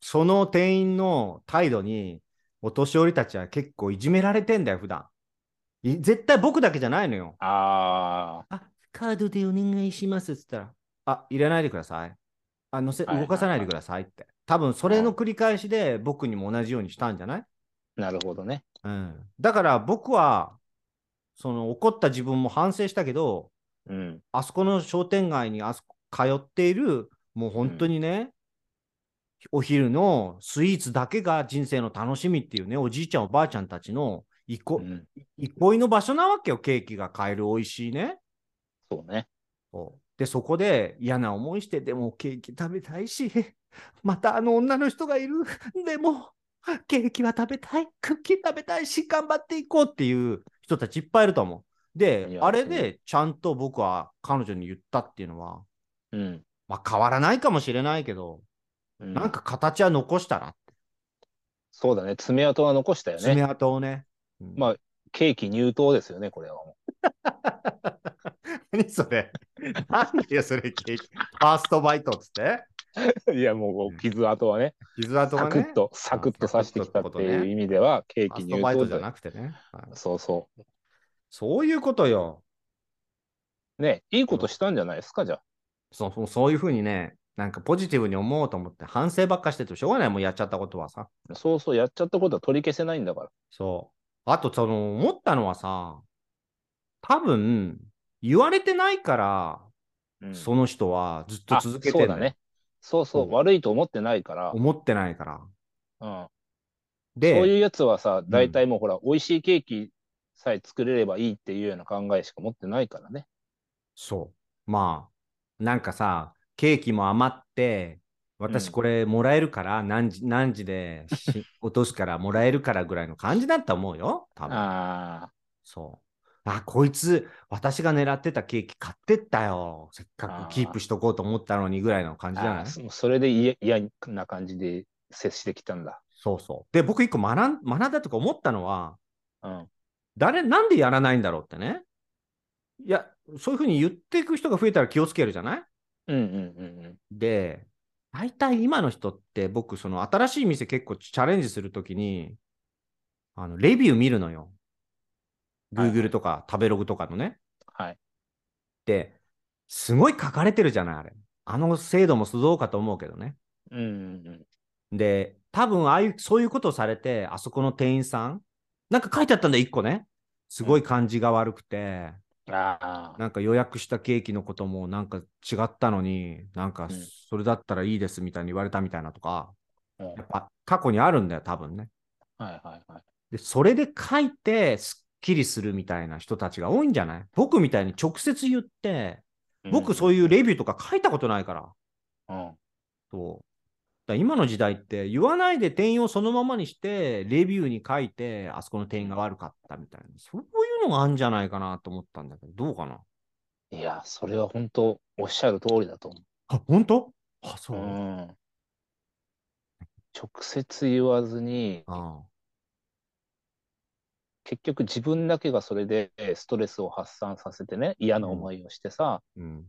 [SPEAKER 1] その店員の態度に、お年寄りたちは結構いじめられてんだよ、普段。い絶対僕だけじゃないのよ。
[SPEAKER 2] あ
[SPEAKER 1] あ、カードでお願いしますっつったら、あ、入れないでください。あ、のせ、
[SPEAKER 2] はいはい
[SPEAKER 1] 動かさないでくださいって。多分それの繰り返しで僕にも同じようにしたんじゃない
[SPEAKER 2] ー、なるほどね。
[SPEAKER 1] うん。だから僕は、その怒った自分も反省したけど、
[SPEAKER 2] うん。
[SPEAKER 1] あそこの商店街にあそこ通っている、もう本当にね、お昼のスイーツだけが人生の楽しみっていうね、おじいちゃん、おばあちゃんたちのいこ
[SPEAKER 2] うん
[SPEAKER 1] 憩いの場所なわけよ、ケーキが買える美味しいね。
[SPEAKER 2] そうね。
[SPEAKER 1] そうで、そこで嫌な思いして、でもケーキ食べたいし、 またあの女の人がいる、 でもケーキは食べたい、クッキー食べたいし、頑張っていこうっていう人たちいっぱいいると思う。
[SPEAKER 2] い
[SPEAKER 1] で、
[SPEAKER 2] や
[SPEAKER 1] あれ
[SPEAKER 2] そう
[SPEAKER 1] でちゃんと僕は彼女に言ったっていうのは、
[SPEAKER 2] うん。
[SPEAKER 1] まあ変わらないかもしれないけど、
[SPEAKER 2] うん
[SPEAKER 1] なんか形は残したらって、
[SPEAKER 2] そうだね。爪痕は残したよ
[SPEAKER 1] 爪
[SPEAKER 2] ね。
[SPEAKER 1] 痕をね。うん
[SPEAKER 2] まあケーキ入刀ですよね、これはも う。
[SPEAKER 1] 何それなんだよ、それケーキ。ファーストバイトっつって
[SPEAKER 2] いや、もう、傷跡はね、
[SPEAKER 1] 傷跡
[SPEAKER 2] サ
[SPEAKER 1] が
[SPEAKER 2] ク
[SPEAKER 1] ね
[SPEAKER 2] ッ。と、サクッと刺してきたって
[SPEAKER 1] サクッとってこと
[SPEAKER 2] いう
[SPEAKER 1] ね
[SPEAKER 2] 意味では、ケ
[SPEAKER 1] フ
[SPEAKER 2] ー
[SPEAKER 1] ァー
[SPEAKER 2] キ
[SPEAKER 1] ス
[SPEAKER 2] 入
[SPEAKER 1] トバイト
[SPEAKER 2] 刀
[SPEAKER 1] じゃ
[SPEAKER 2] だ
[SPEAKER 1] なくてね。はい
[SPEAKER 2] そうそ
[SPEAKER 1] そういうことよ。
[SPEAKER 2] う。ね、いいことしたんじゃないですか、じゃあ。
[SPEAKER 1] そうそうそういうふうにね、なんかポジティブに思おうと思って、反省ばっかしててもしょうがない、もうやっちゃったことはさ。
[SPEAKER 2] そうそう、やっちゃったことは取り消せないんだから。
[SPEAKER 1] そう。あと、その、思ったのはさ、多分、言われてないから、
[SPEAKER 2] うん
[SPEAKER 1] その人はずっと
[SPEAKER 2] あ
[SPEAKER 1] 続けて
[SPEAKER 2] そ
[SPEAKER 1] る
[SPEAKER 2] うだね。。そうそ
[SPEAKER 1] う
[SPEAKER 2] う、
[SPEAKER 1] ん
[SPEAKER 2] 悪いと思ってないから、
[SPEAKER 1] 思ってないから。
[SPEAKER 2] うん、
[SPEAKER 1] で、
[SPEAKER 2] そういうやつはさ、大体もうほら、美味しいケーキさえ作れればいいっていうような考えしか持ってないからね。
[SPEAKER 1] そう。まあ、なんかさ、ケーキも余って、私
[SPEAKER 2] うん
[SPEAKER 1] これもらえるから、何時、何時で し落とすからもらえるからぐらいの感じだったと思うよ、多分。
[SPEAKER 2] ああ、
[SPEAKER 1] そう。あ、こいつ、私が狙ってたケーキ買ってったよ。せっか
[SPEAKER 2] あ
[SPEAKER 1] く
[SPEAKER 2] ー
[SPEAKER 1] キープしとこうと思ったのにぐらいの感じじゃな
[SPEAKER 2] あ
[SPEAKER 1] い
[SPEAKER 2] ーそそれで嫌嫌な感じで接してきたんだ。
[SPEAKER 1] そうそう。で、僕一個学ん学んだとか思ったのは、
[SPEAKER 2] うん、
[SPEAKER 1] 誰、なんでやらないんだろうってね。いや、そういうふうに言っていく人が増えたら気をつけるじゃない
[SPEAKER 2] うん、うん、うん
[SPEAKER 1] で、大体今の人って僕、その新しい店結構チャレンジするときに、あの、レビュー見るのよ。
[SPEAKER 2] はいはい
[SPEAKER 1] Google とか食べログとかのね。
[SPEAKER 2] はい。
[SPEAKER 1] で、すごい書かれてるじゃない、あれ。あの制度もそうかと思うけどね。
[SPEAKER 2] うん、うん、うん。
[SPEAKER 1] で、多分ああいう、そういうことをされて、あそこの店員さん、なんか書いてあったんだよ、一個ね。すごい感じが悪くて、
[SPEAKER 2] ああ、
[SPEAKER 1] なんか予約したケーキのこともなんか違ったのに、なんか
[SPEAKER 2] うん
[SPEAKER 1] それだったらいいですみたいに言われたみたいなとか、
[SPEAKER 2] うん
[SPEAKER 1] やっぱ過去にあるんだよ、多分ね。
[SPEAKER 2] はいはいはい。
[SPEAKER 1] で、それで書いて、すっきりするみたいな人たちが多いんじゃない僕みたいに直接言って、僕そう
[SPEAKER 2] い
[SPEAKER 1] いうレビューとか書いたことないから。
[SPEAKER 2] うん、うん。
[SPEAKER 1] そう。だから今の時代って言わないで店員をそのままにして、レビューに書いて、あそこの店員が悪かったみたいな、そういうのがあるんじゃないかなと思ったんだけど、どうかない
[SPEAKER 2] や、それは本当、おっしゃる通りだと思
[SPEAKER 1] あ、本当あ、
[SPEAKER 2] う。
[SPEAKER 1] そう。
[SPEAKER 2] ん。直接言わずに、
[SPEAKER 1] あ
[SPEAKER 2] 結局自分だけがそれでえーストレスを発散させてね、嫌な思いをしてさ、
[SPEAKER 1] うん。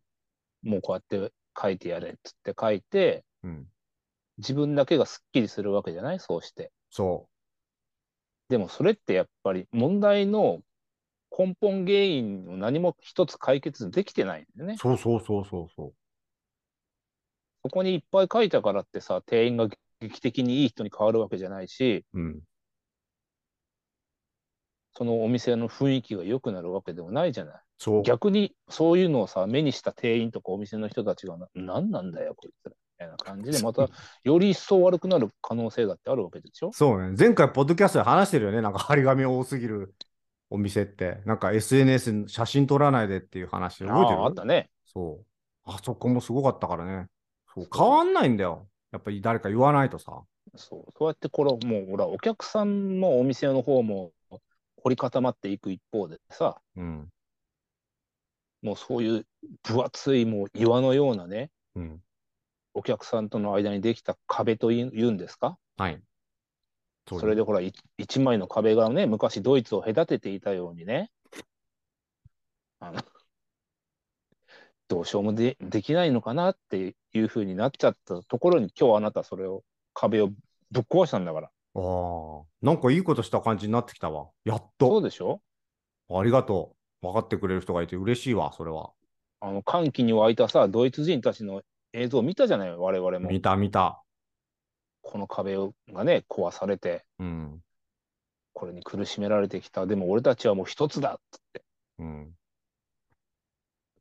[SPEAKER 2] もうこうやって書いてやれっつって書いて、
[SPEAKER 1] うん。
[SPEAKER 2] 自分だけがすっきりするわけじゃないそうして。
[SPEAKER 1] そ
[SPEAKER 2] でもそれってやっぱり問題の根本原因を何も一つ解決できてないんだよね
[SPEAKER 1] う。。そうそうそうそうそう。
[SPEAKER 2] そこにいっぱい書いたからってさ、店員が劇的にいい人に変わるわけじゃないし、
[SPEAKER 1] うん。
[SPEAKER 2] そのお店の雰囲気が良くなるわけでもないじゃない。
[SPEAKER 1] そう。
[SPEAKER 2] 逆にそういうのをさ、目にした店員とかお店の人たちがな、何なんだよ、こいつら。みたいな感じで、また、より一層悪くなる可能性だってあるわけでしょ
[SPEAKER 1] そうね。前回、ポッドキャストで話してるよね。なんか、張り紙多すぎるお店って。なんか、SNS、写真撮らないでっていう話。覚えてる
[SPEAKER 2] あああったね。
[SPEAKER 1] そう。あそこもすごかったからね。そう変わんないんだよ。やっぱり誰か言わないとさ。
[SPEAKER 2] そう。そうやって、これ、もう、ほら、お客さんもお店の方も凝り固まっていく一方でさ、
[SPEAKER 1] うん。
[SPEAKER 2] もうそういう分厚い、もう岩のようなね、
[SPEAKER 1] うん。
[SPEAKER 2] お客さんとの間にできた壁とい言うんですか
[SPEAKER 1] はい。そう
[SPEAKER 2] それでほら、い一枚の壁がね、昔ドイツを隔てていたようにね、あの、どうしようもでできないのかなっていうふうになっちゃったところに、今日あなたそれを、壁をぶっ壊したんだから。
[SPEAKER 1] ああ。なんかいいことした感じになってきたわ。やっ
[SPEAKER 2] そ
[SPEAKER 1] と。
[SPEAKER 2] うでしょ
[SPEAKER 1] ありがとう。分かってくれる人がいて嬉しいわ、それは。
[SPEAKER 2] あの、歓喜に沸いたさ、ドイツ人たちの映像を見たじゃない、我々も
[SPEAKER 1] 見。た見た。
[SPEAKER 2] この壁をがね、壊されて、
[SPEAKER 1] うん。
[SPEAKER 2] これに苦しめられてきた。でも俺たちはもう一つだって。
[SPEAKER 1] うん。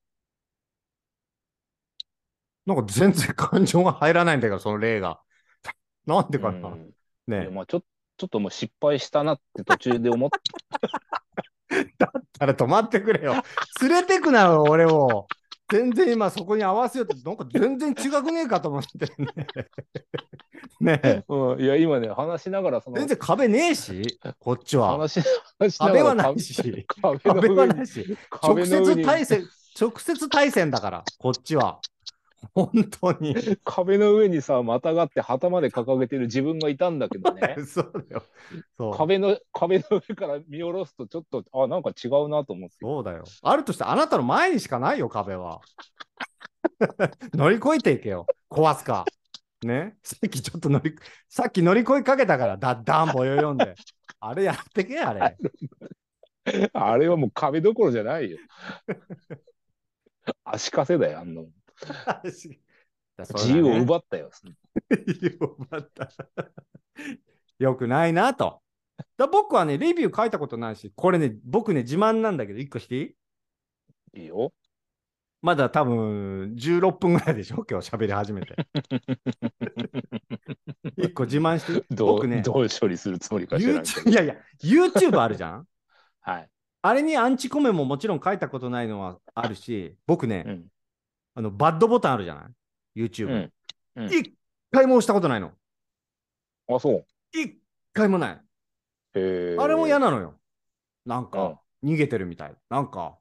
[SPEAKER 1] なんか全然感情が入らないんだけど、その例が。 なんでかな、
[SPEAKER 2] うんいや
[SPEAKER 1] ね
[SPEAKER 2] まあちょちょっともう失敗したなって途中で思っ
[SPEAKER 1] あれ止まってくれよ。連れてくなよ、俺を。全然今そこに合わせようと、なんか全然違くねえかと思ってね。 ねえ
[SPEAKER 2] て、うん、いや今ね話しながらその
[SPEAKER 1] 全然壁ねえし、こっちは。
[SPEAKER 2] 話し話しな
[SPEAKER 1] 壁
[SPEAKER 2] が
[SPEAKER 1] は
[SPEAKER 2] ら
[SPEAKER 1] ないし、
[SPEAKER 2] 壁
[SPEAKER 1] 壁
[SPEAKER 2] の
[SPEAKER 1] は
[SPEAKER 2] 上
[SPEAKER 1] な
[SPEAKER 2] に
[SPEAKER 1] いし、直
[SPEAKER 2] 壁の上
[SPEAKER 1] 接
[SPEAKER 2] に
[SPEAKER 1] 対戦、直接対戦だから、こっちは。本当 に。
[SPEAKER 2] 壁の上にさまたがって旗まで掲げてる自分がいたんだけどね
[SPEAKER 1] そうだよ。そう。
[SPEAKER 2] 壁の壁の上から見下ろすとちょっとあなんか違うなと思って
[SPEAKER 1] そうだよ。あるとしてあなたの前にしかないよ、壁は。 乗り越えていけよ。壊すか。ね。さっきちょっと乗り、さっき乗り越えかけたから、だ、ダンボよ読んで。あれやってけ、あ れ。
[SPEAKER 2] あれはもう壁どころじゃな いよ足かせだよあんなもん自由を
[SPEAKER 1] う
[SPEAKER 2] 奪ったよ
[SPEAKER 1] 自由を奪った。よくないなと。だ僕はね、レビュー書いたことないし、これね、僕ね、自慢なんだけど、1個していい
[SPEAKER 2] いいよ
[SPEAKER 1] まだ多分16分ぐらいでしょ、今日喋り始めて。1個自慢していい
[SPEAKER 2] どう
[SPEAKER 1] 僕ね
[SPEAKER 2] どう処理するつもりか知らんけ
[SPEAKER 1] YouTube、
[SPEAKER 2] ど
[SPEAKER 1] いやいや、YouTube あるじゃん
[SPEAKER 2] はい、
[SPEAKER 1] あれにアンチコメももちろん書いたことないのはあるし、僕ね、
[SPEAKER 2] うん
[SPEAKER 1] あのバッドボタンあるじゃない ?YouTube。
[SPEAKER 2] うんうん
[SPEAKER 1] 一回も押したことないの。
[SPEAKER 2] あそう
[SPEAKER 1] 一回もない。あ
[SPEAKER 2] あ
[SPEAKER 1] れも嫌
[SPEAKER 2] な。
[SPEAKER 1] なのよ。なん
[SPEAKER 2] うん
[SPEAKER 1] か、逃げてるみたい。なん か、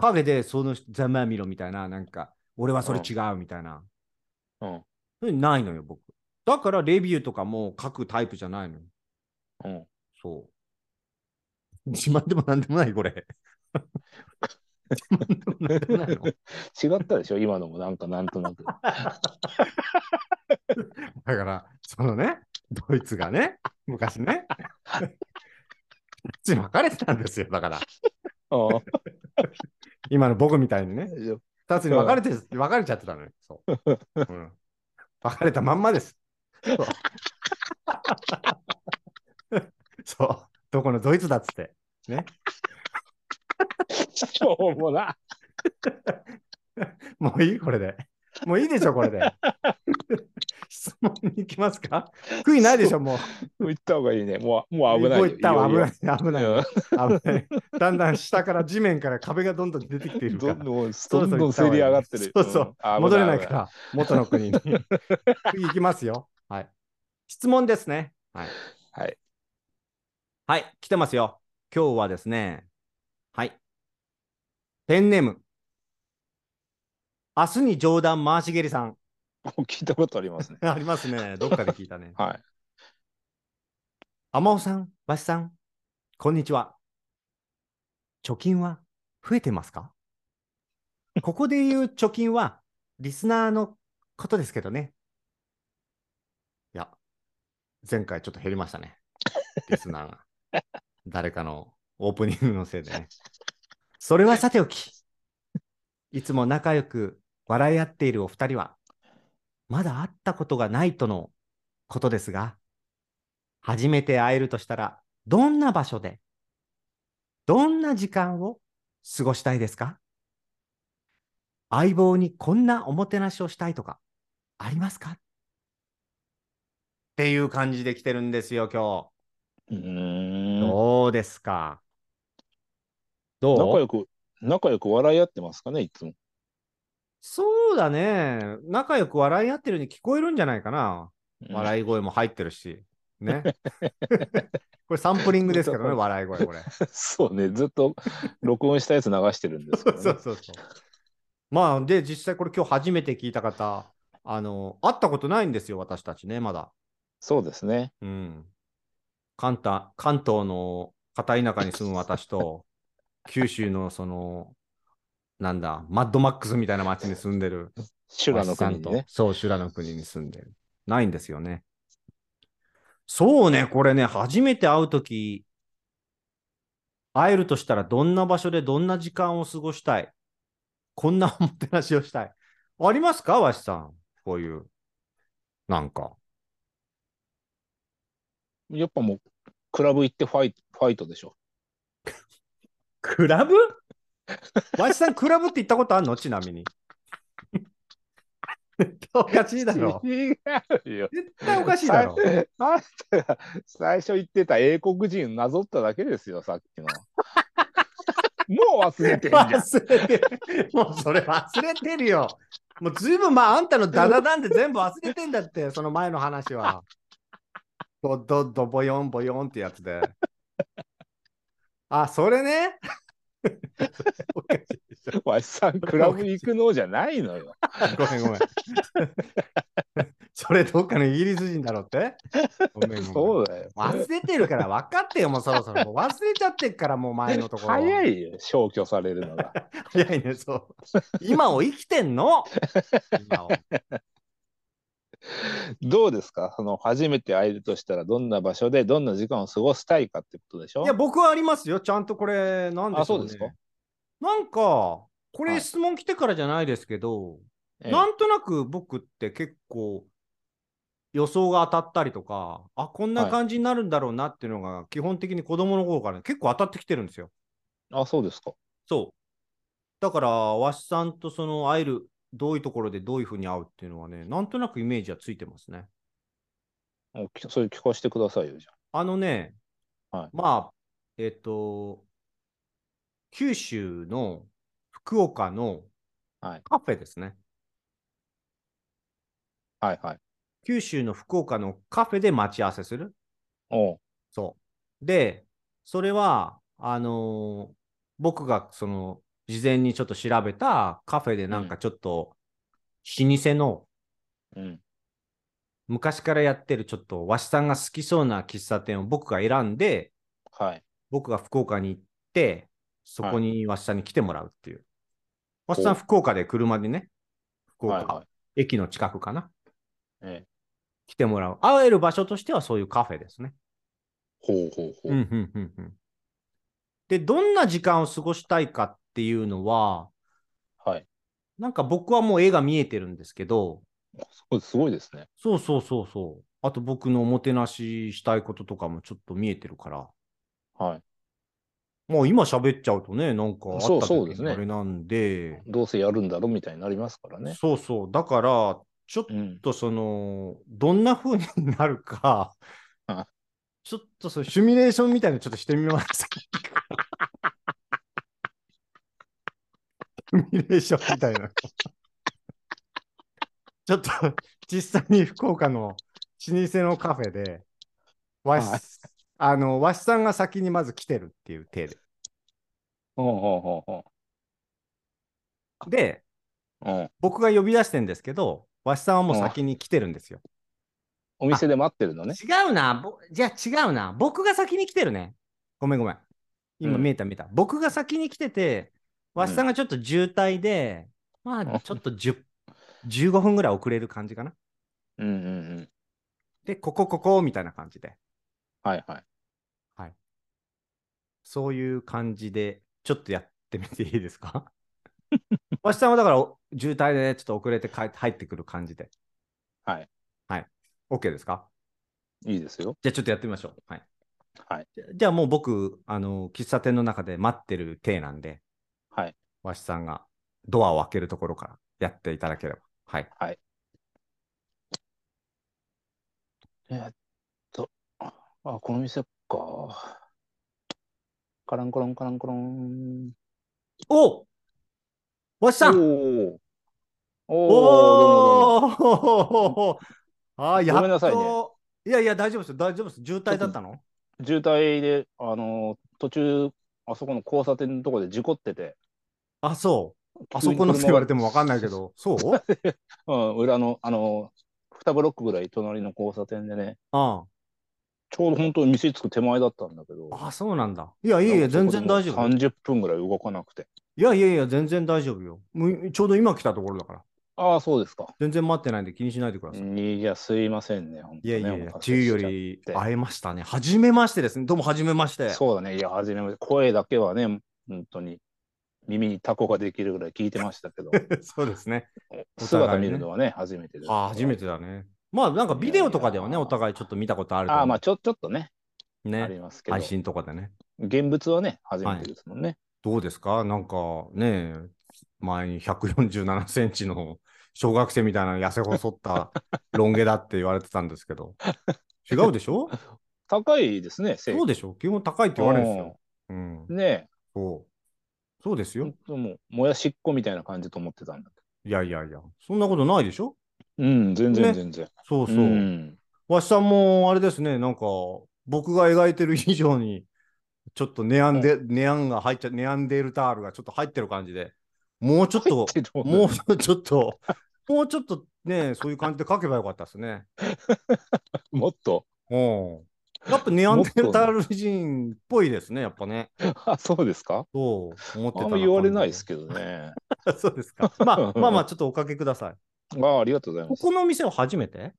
[SPEAKER 1] 影でそのざまあ見ろみたいな、なんか、俺はそれ違うみたいな。
[SPEAKER 2] うん
[SPEAKER 1] そういうのないのよ、僕。だから、レビューとかも書くタイプじゃないのよ。
[SPEAKER 2] うん、
[SPEAKER 1] そう。自慢でもなんでもない、これ。自慢でもなんでもない
[SPEAKER 2] 違ったでしょ今のもなんかなん となく。
[SPEAKER 1] の。だから、そのね、ドイツがね、昔ね、 こっちに分かれてたんですよ、だから。
[SPEAKER 2] あ
[SPEAKER 1] 今の僕みたいにね、
[SPEAKER 2] あ
[SPEAKER 1] 二つに分かれて、分かれちゃってたのよ。そう。うん、分かれたまんまです。そう そう。どこのドイツだっつって。
[SPEAKER 2] しょうもな。
[SPEAKER 1] もういいこれで。もういいでしょこれ で。質問に行きますか悔いないでしょもう。
[SPEAKER 2] 行った方がいいね。もうもう危ない
[SPEAKER 1] こ
[SPEAKER 2] よ。
[SPEAKER 1] ういったわ
[SPEAKER 2] い
[SPEAKER 1] 危
[SPEAKER 2] よ
[SPEAKER 1] ない危ない
[SPEAKER 2] よ
[SPEAKER 1] 危ない。だんだん下から地面から壁がどんどん出てきてい
[SPEAKER 2] うん
[SPEAKER 1] る
[SPEAKER 2] ど
[SPEAKER 1] か
[SPEAKER 2] ん
[SPEAKER 1] ら。
[SPEAKER 2] どん
[SPEAKER 1] そ
[SPEAKER 2] ど
[SPEAKER 1] ろ
[SPEAKER 2] ん
[SPEAKER 1] そ
[SPEAKER 2] ど
[SPEAKER 1] ろ
[SPEAKER 2] ん競り上がってる。
[SPEAKER 1] そうそう
[SPEAKER 2] うん
[SPEAKER 1] 戻れないか。
[SPEAKER 2] 危
[SPEAKER 1] ら元の国に。悔い行きますよ。はい。質問ですね。はい。
[SPEAKER 2] 危はい。
[SPEAKER 1] はい、来てますよ。今日はですね。はい。ペンネーム。明日に冗談回し蹴りさん。
[SPEAKER 2] もう聞いたことありますね。
[SPEAKER 1] ありますね。どっかで聞いたね。
[SPEAKER 2] はい。
[SPEAKER 1] 天尾さん、わしさん、こんにちは。貯金は増えてますかここで言う貯金は、リスナーのことですけどね。前回ちょっと減りましたね。リスナーが。誰かのオープニングのせいでね。それはさておき、いつも仲良く笑い合っているお二人は、まだ会ったことがないとのことですが、初めて会えるとしたら、どんな場所で、どんな時間を過ごしたいですか相棒にこんなおもてなしをしたいとか、ありますかっていう感じで来てるんですよ、今
[SPEAKER 2] う
[SPEAKER 1] 日。
[SPEAKER 2] ん。
[SPEAKER 1] どうですかどう
[SPEAKER 2] 仲良く、仲良く笑い合ってますかね、いつも。
[SPEAKER 1] そうだね。仲良く笑い合ってるように聞こえるんじゃないかな。笑い声も入ってるし。 ね。これサンプリングですけどね、笑い声、これ。
[SPEAKER 2] うん。 そうね、ずっと録音したやつ流してるんですけど、ね。
[SPEAKER 1] そうそうそう。まあ、で、実際これ今日初めて聞いた方、あの、会ったことないんですよ、私たちね、まだ。
[SPEAKER 2] そうですね。
[SPEAKER 1] うん。関東関東の片田舎に住む私 と、九州のその、なんだ、マッドマックスみたいな町に住んでる
[SPEAKER 2] 修羅の国
[SPEAKER 1] と
[SPEAKER 2] にね。
[SPEAKER 1] そう、修羅の国に住んでる。ないんですよね。そうね、これね、初めて会うとき、会えるとしたらどんな場所でどんな時間を過ごしたいこんなおもてなしをしたい。ありますかわしさん。こういう、なんか。
[SPEAKER 2] やっぱもう、クラブ行ってファイファイトでしょ。
[SPEAKER 1] クラブ わしさん、クラブって行ったことあんのちなみに。 おかしいだろ。
[SPEAKER 2] 違うよ。
[SPEAKER 1] 絶対おかしいだろ。
[SPEAKER 2] あんたが最初言ってた英国人なぞっただけですよ、さっきの。 もう忘れてんじゃん。
[SPEAKER 1] 忘れてる。もうそれ忘れてるよ。もうずいぶんまああんたのダダダンで全部忘れてんだって、その前の話は。どどどぼよんぼよんってやつで。あ、それね。おかしいで しょ
[SPEAKER 2] わしさん、クラブ行くのじゃないのよ。
[SPEAKER 1] ごめんごめん。それどっかのイギリス人だろってごめんごめん
[SPEAKER 2] そうだよ。
[SPEAKER 1] 忘れてるから分かってよ、もうそろそろ。もう忘れちゃってっから、もう前のところ。
[SPEAKER 2] 早いよ、消去されるのが。
[SPEAKER 1] 早いね、そう。今を生きてんの今を。
[SPEAKER 2] どうですかその初めて会えるとしたら、どんな場所でどんな時間を過ごしたいかってことでしょ
[SPEAKER 1] いや、僕はありますよ。ちゃんとこれ、なんで
[SPEAKER 2] あ
[SPEAKER 1] しょ
[SPEAKER 2] そうう
[SPEAKER 1] ね。
[SPEAKER 2] ですか、
[SPEAKER 1] なんか、こ
[SPEAKER 2] は
[SPEAKER 1] れ
[SPEAKER 2] い
[SPEAKER 1] 質問来てからじゃないですけど、
[SPEAKER 2] ええ
[SPEAKER 1] なんとなく僕って結構予想が当たったりとか、あ、こんな
[SPEAKER 2] はい
[SPEAKER 1] 感じになるんだろうなっていうのが、基本的に子供の頃から結構当たってきてるんですよ。
[SPEAKER 2] あ、そうですか。
[SPEAKER 1] そう。だから、わしさんとその会える、どういうところでどういうふうに会うっていうのはね、なんとなくイメージはついてますね。
[SPEAKER 2] もうきそれ聞かせてくださいよ、じゃ
[SPEAKER 1] あのね、
[SPEAKER 2] はい
[SPEAKER 1] まあ、えっ、と、九州の福岡の
[SPEAKER 2] はい
[SPEAKER 1] カフェですね。
[SPEAKER 2] あ。はいはい。
[SPEAKER 1] 九州の福岡のカフェで待ち合わせする。
[SPEAKER 2] おう
[SPEAKER 1] そう。で、それは、あのー僕がその、事前にちょっと調べたカフェでなんかちょっと、老舗の
[SPEAKER 2] うん。
[SPEAKER 1] 昔からやってるちょっと和紙さんが好きそうな喫茶店を僕が選んで、
[SPEAKER 2] はい。
[SPEAKER 1] 僕が福岡に行って、そこにわしさんに来てもらうっていう。わしさん、
[SPEAKER 2] ほ
[SPEAKER 1] 福岡で車でね、福岡、
[SPEAKER 2] はいはい。
[SPEAKER 1] 駅の近くかな、
[SPEAKER 2] ええ、
[SPEAKER 1] 来てもらう。会える場所としてはそういうカフェですね。
[SPEAKER 2] ほうほうほう。
[SPEAKER 1] うんうんうんうんで、どんな時間を過ごしたいかっていうのは、
[SPEAKER 2] はい。
[SPEAKER 1] なんか僕はもう絵が見えてるんですけど、
[SPEAKER 2] すごいすごいですね。
[SPEAKER 1] そうそうそうそう。あと僕のおもてなししたいこととかもちょっと見えてるから。
[SPEAKER 2] はい。
[SPEAKER 1] まあ今喋っちゃうとね、なんかあった
[SPEAKER 2] そうそう
[SPEAKER 1] 時
[SPEAKER 2] です
[SPEAKER 1] に
[SPEAKER 2] ね
[SPEAKER 1] あれなんで、
[SPEAKER 2] どうせやるんだろみたいになりますからね。
[SPEAKER 1] そうそう。だから、ちょっ
[SPEAKER 2] うん。
[SPEAKER 1] とその、どんな風になるか
[SPEAKER 2] あ、
[SPEAKER 1] ちょっとそのシミュレーションみたいなのちょっとしてみます。シミュレーションみたいな。ちょっと実際に福岡の老舗のカフェで、和紙、
[SPEAKER 2] はい
[SPEAKER 1] あの、和紙さんが先にまず来てるっていう体で。
[SPEAKER 2] ほうほうほうほ
[SPEAKER 1] で、
[SPEAKER 2] う。うん。
[SPEAKER 1] 僕が呼び出してんですけど、和紙さんはもう先に来てるんですよ。
[SPEAKER 2] お店で待ってるのね。
[SPEAKER 1] 違うな。ぼじゃあ違うな。僕が先に来てるね。ごめんごめん。今
[SPEAKER 2] うん
[SPEAKER 1] 見えた見えた。僕が先に来てて、わしさんがちょっと渋滞で、まあちょっと10 15分ぐらい遅れる感じかな。
[SPEAKER 2] うんうんうん。
[SPEAKER 1] で、ここ、ここ、みたいな感じで。
[SPEAKER 2] はいはい。
[SPEAKER 1] そういう感じで、ちょっとやってみていいです かわしさんはだから、お渋滞でちょっと遅れて帰って入ってくる感じで。
[SPEAKER 2] はい。
[SPEAKER 1] はい。OK ですか
[SPEAKER 2] いいですよ。
[SPEAKER 1] じゃあちょっとやってみましょう。はい。
[SPEAKER 2] はい。
[SPEAKER 1] じゃじゃあもう僕、あの、喫茶店の中で待ってる体なんで、
[SPEAKER 2] はい。
[SPEAKER 1] わしさんがドアを開けるところからやっていただければ。はい。
[SPEAKER 2] あ、この店か。カランコロンカランコロン。
[SPEAKER 1] おわしさん
[SPEAKER 2] おー
[SPEAKER 1] お
[SPEAKER 2] おーどうもどうも。
[SPEAKER 1] おあーやっと
[SPEAKER 2] ごめんなさいね
[SPEAKER 1] いやいや、大丈夫ですよ。大丈夫です。渋滞だったの
[SPEAKER 2] 渋滞で、あのー途中、あそこの交差点のとこで事故ってて、
[SPEAKER 1] あ、そう。あ
[SPEAKER 2] 急
[SPEAKER 1] そ
[SPEAKER 2] に
[SPEAKER 1] このって言われても分
[SPEAKER 2] 車
[SPEAKER 1] か
[SPEAKER 2] が
[SPEAKER 1] んないけ ど、そううん。
[SPEAKER 2] うん、裏の、あのー、2ブロックぐらい隣の交差点でね、
[SPEAKER 1] あ、
[SPEAKER 2] ちょうど本当に店着く手前だったんだけど、
[SPEAKER 1] そうなんだ。いや、いやいや、全然大丈夫。
[SPEAKER 2] 30分ぐらい動かなくて。
[SPEAKER 1] いやいやいや、全然大丈夫よ。もうちょうど今来たところだから。
[SPEAKER 2] ああ、そうですか。
[SPEAKER 1] 全然待ってないんで気にしないでください。
[SPEAKER 2] いや、すいませんね、本当
[SPEAKER 1] いや
[SPEAKER 2] ね
[SPEAKER 1] いやいや
[SPEAKER 2] お、
[SPEAKER 1] っ
[SPEAKER 2] 待た
[SPEAKER 1] て
[SPEAKER 2] せ
[SPEAKER 1] いう
[SPEAKER 2] しち
[SPEAKER 1] よ
[SPEAKER 2] ゃって
[SPEAKER 1] り会えましたね。はじめましてですね。どうもはじめまして。
[SPEAKER 2] そうだね。いや、初めまして。声だけはね、本当に耳にタコができるぐらい聞いてました けど、
[SPEAKER 1] そうですね。
[SPEAKER 2] 姿見るのはね、初めてです。
[SPEAKER 1] ああ、初めてだね。まあなんかビデオとかではね、
[SPEAKER 2] いやい
[SPEAKER 1] お
[SPEAKER 2] や
[SPEAKER 1] 互いちょっと見たことあると
[SPEAKER 2] あ
[SPEAKER 1] 思
[SPEAKER 2] あ、
[SPEAKER 1] う
[SPEAKER 2] まあちょ、ちょっとね、あ
[SPEAKER 1] ね。
[SPEAKER 2] りますけど
[SPEAKER 1] 配、信とかでね。
[SPEAKER 2] 現物はね、初めてですもんね。
[SPEAKER 1] どうですかなんかね、前に147センチの小学生みたいな痩せ細 ったロン毛だって言われてたんですけど。違うでし ょ
[SPEAKER 2] 高いですね、正
[SPEAKER 1] そうでしょ基本高いって言われるんですよ。うん。
[SPEAKER 2] ね
[SPEAKER 1] そう。そうです
[SPEAKER 2] え、
[SPEAKER 1] よ
[SPEAKER 2] 本。当もう、もやしっこみたいな感じと思ってたんだけ
[SPEAKER 1] いやいやいや、そんなことないでしょ
[SPEAKER 2] ど。うん、全
[SPEAKER 1] ね
[SPEAKER 2] 然全然。
[SPEAKER 1] そうそう。
[SPEAKER 2] ん
[SPEAKER 1] わしさんもあれですね、なんか、僕が描いてる以上に、ちょっとネアンデ、ネアンが入っちゃ、ネアンデルタールがちょっと入ってる感じで、もうちょっと、
[SPEAKER 2] 入ってる
[SPEAKER 1] もうちょっと、もうちょっとね、そういう感じで書けばよかったですね。
[SPEAKER 2] もっと、
[SPEAKER 1] うん。やっぱネアンデルタール人っぽいですね、やっぱね。
[SPEAKER 2] あ、そうですか
[SPEAKER 1] そう、思ってた
[SPEAKER 2] あんま言われないですけどね。
[SPEAKER 1] ど。 そうですか。まあまあまあ、ちょっとおかけください。
[SPEAKER 2] ああ、ありがとうござい
[SPEAKER 1] こ
[SPEAKER 2] ます。
[SPEAKER 1] この店を初めて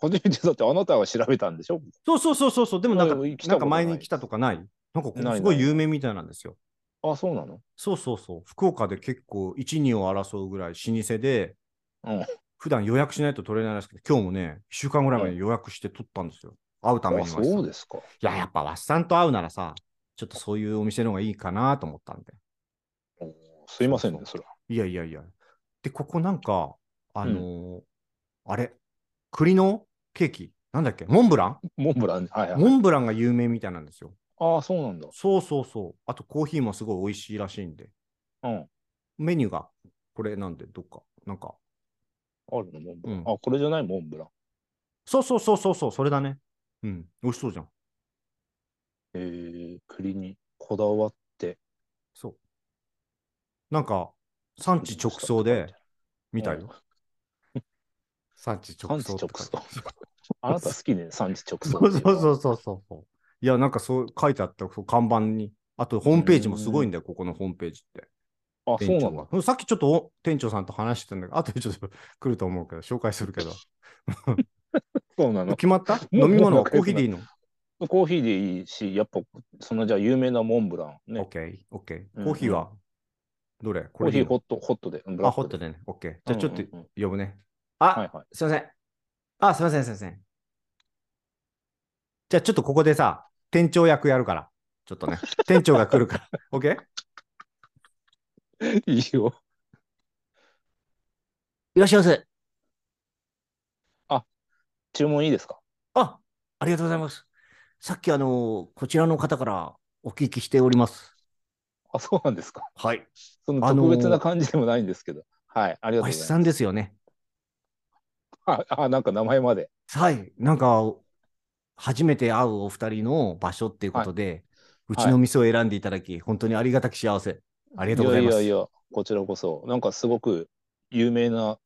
[SPEAKER 2] 初めてだって、あなたが調べたんでしょ
[SPEAKER 1] そうそうそうそうそう、でもなんか、
[SPEAKER 2] いやいや来た
[SPEAKER 1] なん
[SPEAKER 2] こと
[SPEAKER 1] か
[SPEAKER 2] ない
[SPEAKER 1] 前に来たとかないなんかここ
[SPEAKER 2] ない
[SPEAKER 1] すごい
[SPEAKER 2] ない
[SPEAKER 1] 有名みたいなんですよ。
[SPEAKER 2] あ、そうなの
[SPEAKER 1] そうそうそう。福岡で結構1、2を争うぐらい老舗で、
[SPEAKER 2] うん
[SPEAKER 1] 普段予約しないと取れないらしくて、今日もね、1週間ぐらい前に予約して取ったんですよ。会うため
[SPEAKER 2] あ、
[SPEAKER 1] に
[SPEAKER 2] そ
[SPEAKER 1] わしさん
[SPEAKER 2] う
[SPEAKER 1] い
[SPEAKER 2] ですか。
[SPEAKER 1] や、やっぱわしさんと会うならさ、ちょっとそういうお店の方がいいかなと思ったんで。
[SPEAKER 2] すいませんね、それは。
[SPEAKER 1] いやいやいや。で、ここなんか、あのーあれ、栗のケーキ、なんだっけ、モンブラン
[SPEAKER 2] モンブラン、はいはい。
[SPEAKER 1] モンブランが有名みたいなんですよ。
[SPEAKER 2] ああ、そうなんだ。
[SPEAKER 1] そうそうそう。あとコーヒーもすごい美味しいらしいんで。
[SPEAKER 2] うん。
[SPEAKER 1] メニューがこれなんで、どっか。なんか、
[SPEAKER 2] あるの、モンブラン。
[SPEAKER 1] うん
[SPEAKER 2] あ、これじゃない、モンブラン。
[SPEAKER 1] そうそうそうそうそう、それだね。うん、美味しそうじゃん。
[SPEAKER 2] えー、栗にこだわって。
[SPEAKER 1] そう。なんか、産地直送で見た
[SPEAKER 2] うん
[SPEAKER 1] よ。。産地
[SPEAKER 2] 産
[SPEAKER 1] 直
[SPEAKER 2] 地
[SPEAKER 1] 送
[SPEAKER 2] 直
[SPEAKER 1] って書いて
[SPEAKER 2] 送。あなた好き ね、産地直送。
[SPEAKER 1] ある。そうそううそうそうそう。いや、なんかそう書いてあった、そう看板に。あと、ホームページもすごいんだよ、ここのホームページって。
[SPEAKER 2] あ、そう
[SPEAKER 1] 店
[SPEAKER 2] な
[SPEAKER 1] 長
[SPEAKER 2] んだ
[SPEAKER 1] が。うんさっきちょっとお店長さんと話してたんだけど、あとでちょっと来ると思うけど、紹介するけど。
[SPEAKER 2] そうなの。
[SPEAKER 1] 決まった
[SPEAKER 2] もう
[SPEAKER 1] 飲み物は
[SPEAKER 2] もう
[SPEAKER 1] コーヒーでいいの
[SPEAKER 2] コーヒーでいいし、やっぱ、そのじゃあ有名なモンブラン。ね。
[SPEAKER 1] ?OK、OK
[SPEAKER 2] う。ん
[SPEAKER 1] コーヒーはどれ
[SPEAKER 2] コ
[SPEAKER 1] こ
[SPEAKER 2] ー
[SPEAKER 1] れでい
[SPEAKER 2] ヒ
[SPEAKER 1] い
[SPEAKER 2] ー
[SPEAKER 1] の
[SPEAKER 2] ホット、ホットで。うんブラ
[SPEAKER 1] あ、
[SPEAKER 2] ック
[SPEAKER 1] ホット
[SPEAKER 2] で。
[SPEAKER 1] でね。OK。じゃあちょっと
[SPEAKER 2] うんうんうん
[SPEAKER 1] 呼ぶね。あ、
[SPEAKER 2] はいはい。
[SPEAKER 1] すいません。あ、すいません、すいません。じゃあちょっとここでさ、店長役やるから。ちょっとね、店長が来るから。OK?
[SPEAKER 2] いいよ。
[SPEAKER 1] いらっしゃいませ。
[SPEAKER 2] 注文いいですか
[SPEAKER 1] あ、ありがとうございます。さっきあの、こちらの方からお聞きしております。
[SPEAKER 2] あ、そうなんですか。
[SPEAKER 1] はい。
[SPEAKER 2] その
[SPEAKER 1] あのー
[SPEAKER 2] 特別な感じでもないんですけど。はい、ありがとうございます。
[SPEAKER 1] んですよね。
[SPEAKER 2] あ、あなんか名前まで。
[SPEAKER 1] はい。なんか、初めて会うお二人の場所っていうことで、うちの店を選んでいただき、本当にありがたき幸せ。ありがとうございます。
[SPEAKER 2] やいやいや、こちらこそ、なんかすごく有名な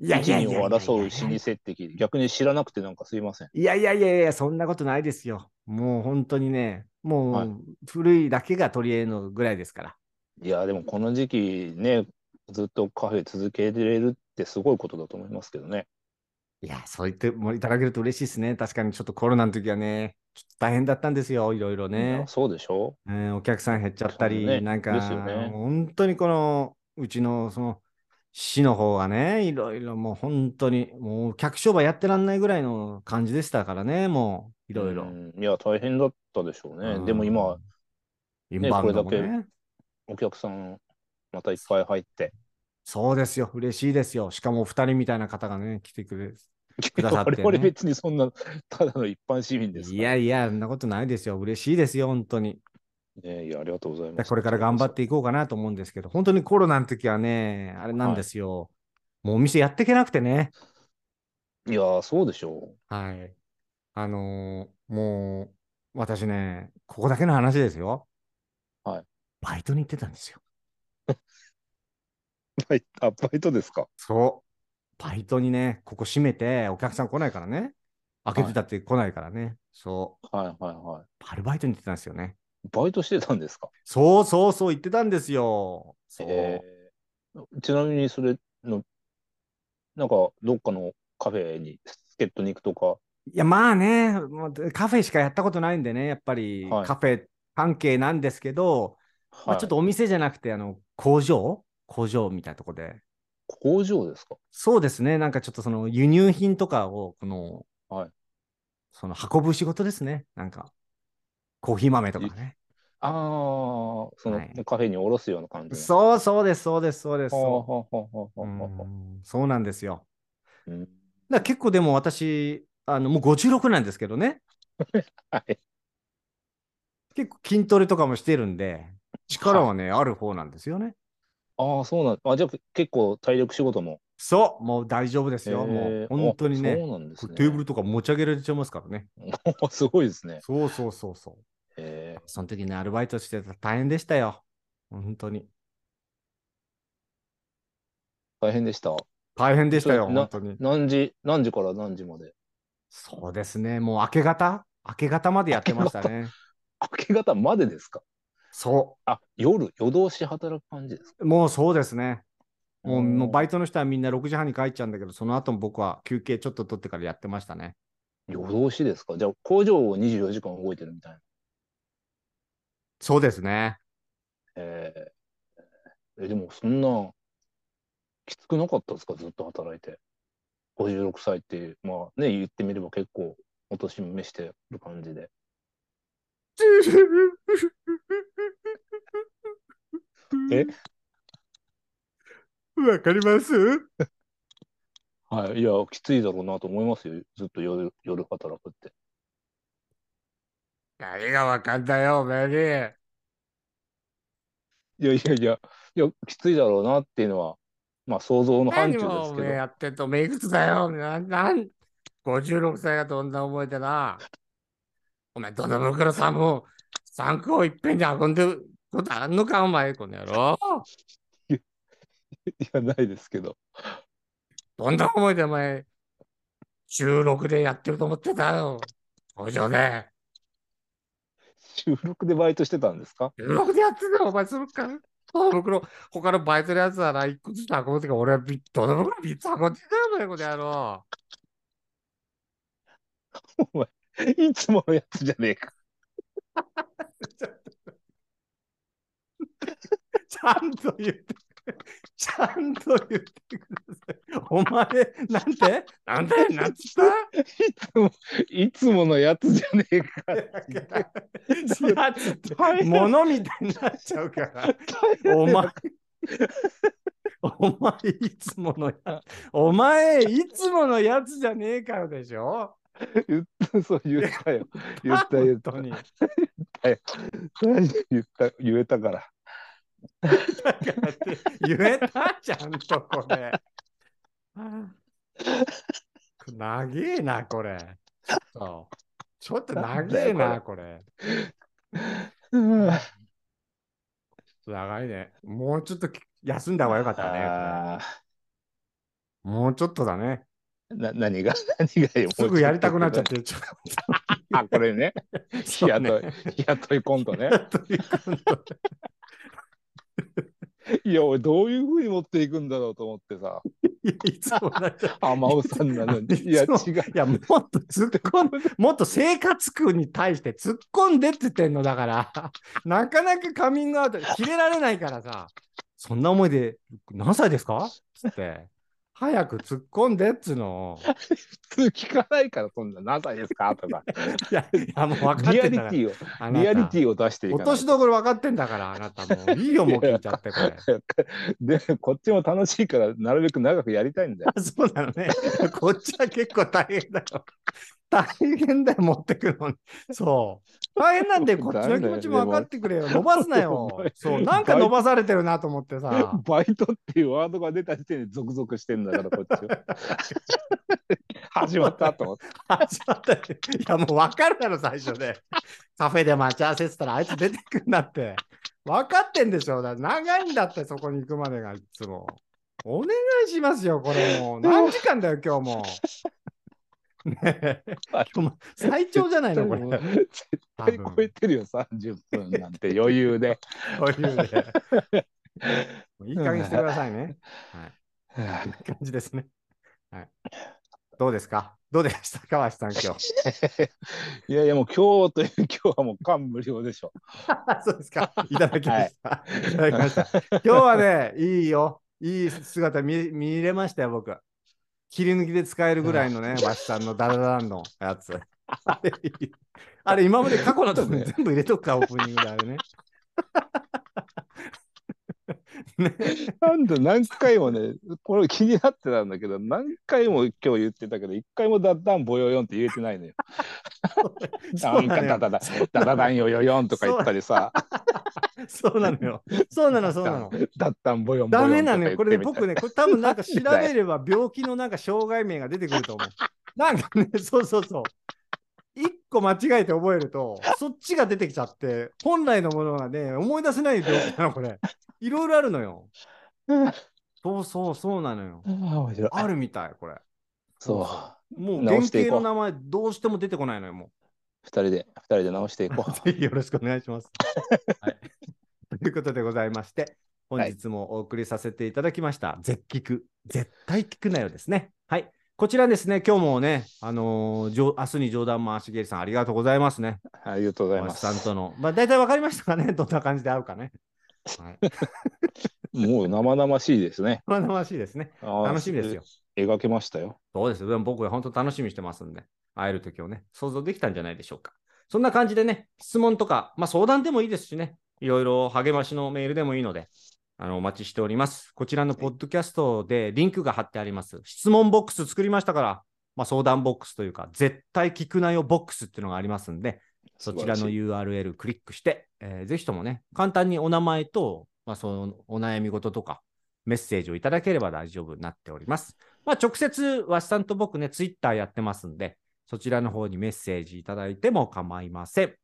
[SPEAKER 1] 一
[SPEAKER 2] 一人を争う老舗って聞いて、逆に知らなくてなんかすいません。
[SPEAKER 1] いやいやいやいや、そんなことないですよ。もう本当にね、も
[SPEAKER 2] はいう
[SPEAKER 1] 古いだけが取り柄のぐらいですから。
[SPEAKER 2] いや、でもこの時期ね、ずっとカフェ続けれるってすごいことだと思いますけどね。
[SPEAKER 1] いや、そう言ってもいただけると嬉しいですね。確かにちょっとコロナの時はね、ちょっと大変だったんですよ、いろいろ
[SPEAKER 2] い
[SPEAKER 1] ね
[SPEAKER 2] や。そうでしょ
[SPEAKER 1] えーお客さん減っちゃったり、
[SPEAKER 2] そうね
[SPEAKER 1] なんか、
[SPEAKER 2] ですよね
[SPEAKER 1] 本当にこのうちのその市の方がね、いろいろもう本当に、もう客商売やってらんないぐらいの感じでしたからね、もうい
[SPEAKER 2] い
[SPEAKER 1] ろいろ。
[SPEAKER 2] いや、大変だったでしょうね。
[SPEAKER 1] うん
[SPEAKER 2] でも今、、
[SPEAKER 1] インバウンドも
[SPEAKER 2] これ
[SPEAKER 1] ね、
[SPEAKER 2] お客さん、またいっぱい入って。
[SPEAKER 1] そうですよ、嬉しいですよ。しかもお二人みたいな方がね、来てくれくださってね
[SPEAKER 2] 我々別にそんな、ただの一般市民ですから
[SPEAKER 1] いやいや、そんなことないですよ。嬉しいですよ、本当に。
[SPEAKER 2] ね、いや、ありがとうござ
[SPEAKER 1] だか
[SPEAKER 2] いま
[SPEAKER 1] ら
[SPEAKER 2] す。
[SPEAKER 1] これから頑張っていこうかなと思うんですけど、本当にコロナの時はね、あれなんですよ。もうお店やっていけなくてね。
[SPEAKER 2] いやー、そうでしょ
[SPEAKER 1] はい。あのーもう、私ね、ここだけの話ですよ。
[SPEAKER 2] はい。
[SPEAKER 1] バイトに行ってたんですよ。
[SPEAKER 2] う。バイあバイトですか。
[SPEAKER 1] そう。バイトにね、ここ閉めて、お客さん来ないからね。開けてたって来ないからね。そ
[SPEAKER 2] はいはいは
[SPEAKER 1] う。アルバイトに行ってたんですよね。
[SPEAKER 2] い。バイトしてたんですか。
[SPEAKER 1] そうそうそう、行ってたんですよ。そう。
[SPEAKER 2] えーちなみにそれの、なんかどっかのカフェに助っ人に行くとか、
[SPEAKER 1] いや、まあね、もうカフェしかやったことないんでね、やっぱり
[SPEAKER 2] はい
[SPEAKER 1] カフェ関係なんですけど、まあ、
[SPEAKER 2] はい
[SPEAKER 1] ちょっとお店じゃなくて、あの、工場工場みたいなとこで。
[SPEAKER 2] 工場ですか。
[SPEAKER 1] そうですね。なんかちょっとその輸入品とかを、この、
[SPEAKER 2] はい
[SPEAKER 1] その運ぶ仕事ですね。なんか、コーヒー豆とかね。
[SPEAKER 2] ああ、その、
[SPEAKER 1] はい
[SPEAKER 2] カフェにおろすような感じの。
[SPEAKER 1] そうそうです、そうです、そうです。
[SPEAKER 2] はあは
[SPEAKER 1] そ
[SPEAKER 2] あはあは
[SPEAKER 1] う
[SPEAKER 2] あ
[SPEAKER 1] う
[SPEAKER 2] はあはあ
[SPEAKER 1] んそうなんですよ。
[SPEAKER 2] うん
[SPEAKER 1] だから結構でも私、あのもう56なんですけどね、
[SPEAKER 2] はい。
[SPEAKER 1] 結構筋トレとかもしてるんで、力はね、ある方なんですよね。
[SPEAKER 2] ああ、そうなんあ、じゃあ結構体力仕事も。
[SPEAKER 1] そう、もう大丈夫ですよ。
[SPEAKER 2] えー
[SPEAKER 1] もう本当に
[SPEAKER 2] あ
[SPEAKER 1] ね
[SPEAKER 2] そうなんですね。
[SPEAKER 1] テーブルとか持ち上げられちゃいますからね。
[SPEAKER 2] すごいですね。
[SPEAKER 1] そうそうそうそう。
[SPEAKER 2] え
[SPEAKER 1] その時ね、アルバイトしてた大変でしたよ。本当に。
[SPEAKER 2] ー、大変でした。
[SPEAKER 1] 大変でしたよ、
[SPEAKER 2] それな
[SPEAKER 1] 本当に。
[SPEAKER 2] 何時、何時から何時まで。
[SPEAKER 1] そうですね、もう明け方明け方までやってましたね。
[SPEAKER 2] 明け方までですか。
[SPEAKER 1] そ
[SPEAKER 2] あ、夜、夜通し働く感じですか。
[SPEAKER 1] う、もうそうですね。もう
[SPEAKER 2] うん
[SPEAKER 1] もうバイトの人はみんな6時半に帰っちゃうんだけど、その後も僕は休憩ちょっと取ってからやってましたね。
[SPEAKER 2] 夜通しですか。じゃあ工場を24時間動いてるみたいな。
[SPEAKER 1] そうですね。
[SPEAKER 2] えーえ、でもそんな、きつくなかったですか、ずっと働いて。56歳っていう、まあね、言ってみれば結構、お年も召してる感じで。 え
[SPEAKER 1] わかります
[SPEAKER 2] はい、いや、きついだろうなと思いますよ、ずっと夜夜働くって。
[SPEAKER 1] 何がわかんだよ、お前に。
[SPEAKER 2] いやいやいや、いや、きついだろうなっていうのは、まあ想像の範疇ですけど。
[SPEAKER 1] やってんと、めいくつだよ。なん、なん、56歳がどんな思いでな。お前、どの袋さんも、三個をいっぺんに運んでることあんのか、お前、この野郎。
[SPEAKER 2] いや、ないですけど。
[SPEAKER 1] どんな思いで、お前、16でやってると思ってたよ。工場で。
[SPEAKER 2] 収録でバイトしてたんですか
[SPEAKER 1] 16でやってたよ、お前、そのか。どの袋、他のバイトのやつはな、一個ずつ運ぶとか、俺はび、どの袋3つ運んでたよ、お前、この野郎。
[SPEAKER 2] お前、いつものやつじゃねえか。
[SPEAKER 1] ちゃんと言ってくれ。ちゃんと言ってください。お前、なんてなんてなんつっ
[SPEAKER 2] いつも、いつものやつじゃねえか。
[SPEAKER 1] たいや、つって、
[SPEAKER 2] も
[SPEAKER 1] 物みたいになっちゃうから。お
[SPEAKER 2] お前、
[SPEAKER 1] 前、お前、いつものやお前、いつものやつじゃねえからでしょ
[SPEAKER 2] そう言っ たよ。言った言った。
[SPEAKER 1] 本当に。
[SPEAKER 2] 言った、言えたから。
[SPEAKER 1] だからって言えたちゃんとこれ。長えな、これ。ちょっと、ちょっと長えな、これ。
[SPEAKER 2] うん
[SPEAKER 1] 長いね。もうちょっとき休んだ方がよかったね。
[SPEAKER 2] あ
[SPEAKER 1] これもうちょっとだね。
[SPEAKER 2] ーな何が何がよ
[SPEAKER 1] すぐやりたくなっちゃっ
[SPEAKER 2] も
[SPEAKER 1] て、ちょっ
[SPEAKER 2] うちょっとあ、これ ね。
[SPEAKER 1] と。
[SPEAKER 2] 日雇い、日雇いコン トね。いや、俺どういうふうに持っていくんだろうと思ってさ。
[SPEAKER 1] いやいつも同じだ
[SPEAKER 2] 浜尾さんな のに。いや、
[SPEAKER 1] い
[SPEAKER 2] 違
[SPEAKER 1] つも
[SPEAKER 2] う。
[SPEAKER 1] いや、もっと突っ込んで、もっと生活苦に対して突っ込んでって言ってんのだ から、なかなかカミングアウト、切れられないからさ、そんな思いで、何歳ですかつって、早く突っ込んでっつうの。
[SPEAKER 2] 普通聞かないから、そんな、何歳ですかとか。
[SPEAKER 1] いや、いやもう分かっ
[SPEAKER 2] リア
[SPEAKER 1] てん
[SPEAKER 2] リテ
[SPEAKER 1] だから。
[SPEAKER 2] ィを、
[SPEAKER 1] あなた
[SPEAKER 2] リアリティを出してい
[SPEAKER 1] 落
[SPEAKER 2] かな
[SPEAKER 1] と
[SPEAKER 2] い
[SPEAKER 1] しどころ分かってんだから、あなたもう。いいよ、もう聞いちゃって、これ。
[SPEAKER 2] で、こっちも楽しいから、なるべく長くやりたいんだよ。
[SPEAKER 1] あ そうなのね。こっちは結構大変だよ。大変だよ、持ってくのに。そう。大変なんで、こっちの気持ちも分かってくれよ。伸ばすなよ。そう。なんか伸ばされてるなと思ってさ。
[SPEAKER 2] バイトっていうワードが出た時点でゾクゾクしてんだから、こっ ちは。始まったと思って。
[SPEAKER 1] 始まったよいや、もう分かるだろ、最初で。カフェで待ち合わせしてたら、あいつ出てくんだって。分かってんでしょ。だ長いんだって、そこに行くまでが、いつも。お願いしますよ、これもう。何時間だよ、今日も。ねえ今日も最長じゃないの、これ。
[SPEAKER 2] 絶
[SPEAKER 1] 多
[SPEAKER 2] 対
[SPEAKER 1] 分
[SPEAKER 2] 超えてるよ、30分なんて余裕で。
[SPEAKER 1] こういうので。もういい加減してくださいね。いい感じですね。はい。どうですかどうでした川橋さん、 今日。
[SPEAKER 2] いやいや、もう今日という 今日はもう感無量でしょ。
[SPEAKER 1] そうですか。いただきました。い、ただきました。今日はね、いいよ。いい姿見見れましたよ、僕。切り抜きで使えるぐらいのね、わしさんのダダダンのやつ。あれ、いいあれ今まで過去のとこに全部入れとくから、オープニングであれね。
[SPEAKER 2] なんで何回もね、これ気になってたんだけど、何回も今日言ってたけど、一回もダッダンボヨヨンって言えてないのよ。なんかダダダ、ダダダンヨヨヨンとか言ったりさ、
[SPEAKER 1] そうなのよ。そうなの、そうなの。
[SPEAKER 2] ダッダンボヨンボヨ
[SPEAKER 1] ダ
[SPEAKER 2] ン
[SPEAKER 1] メ
[SPEAKER 2] と
[SPEAKER 1] な
[SPEAKER 2] か
[SPEAKER 1] の
[SPEAKER 2] 言
[SPEAKER 1] よ。
[SPEAKER 2] って
[SPEAKER 1] こ
[SPEAKER 2] み
[SPEAKER 1] れね、
[SPEAKER 2] たい
[SPEAKER 1] 僕ね、これ多分なんか調べれば病気のなんか障害名が出てくる と思う。なんかね、そうそうそう。一個間違えて覚えると、そっちが出てきちゃって、本来のものがね、思い出せない病気なの、これ。いろいろあるのよ。そうそう、そうなのよ。
[SPEAKER 2] ああ、面白い。
[SPEAKER 1] あるみたい、これ。
[SPEAKER 2] そう。
[SPEAKER 1] もう原
[SPEAKER 2] 直してい
[SPEAKER 1] 型
[SPEAKER 2] こう
[SPEAKER 1] の名前、どうしても出てこないのよ、もう。
[SPEAKER 2] 二人で、二人で直して いこう。
[SPEAKER 1] ぜひよろしくお願いします。はい、ということでございまして、本日もお送りさせていただきました、絶聞く、絶対聞くなよですね。はい、こちらですね、今日もね、あのー、じょ明日に冗談回しげりさん、ありがとうございますね。
[SPEAKER 2] ありがとうござい
[SPEAKER 1] 大橋
[SPEAKER 2] ま
[SPEAKER 1] さん
[SPEAKER 2] す。
[SPEAKER 1] との、まあ、大体わかりましたかね、どんな感じで会うかね。はい、
[SPEAKER 2] もう生々しいですね。
[SPEAKER 1] 生々しいですね。
[SPEAKER 2] ああ
[SPEAKER 1] 楽しみですよ。。
[SPEAKER 2] 描けましたよ。
[SPEAKER 1] そうですよ。でも僕は本当楽しみにしてますんで、会える時をね、想像できたんじゃないでしょうか。そんな感じでね、質問とか、まあ相談でもいいですしね、いろいろ励ましのメールでもいいので、あのお待ちしております。こちらのポッドキャストでリンクが貼ってあります。質問ボックス作りましたから、まあ相談ボックスというか、絶対聞くなよボックスっていうのがありますんで、そちら
[SPEAKER 2] 素
[SPEAKER 1] の
[SPEAKER 2] 晴しい
[SPEAKER 1] URL クリックして、えーぜひともね、簡単にお名前と、まあ、そのお悩み事とか、メッセージをいただければ大丈夫になっております。まあ、直接、わしさんと僕ね、ツイッターやってますんで、そちらの方にメッセージいただいても構いません。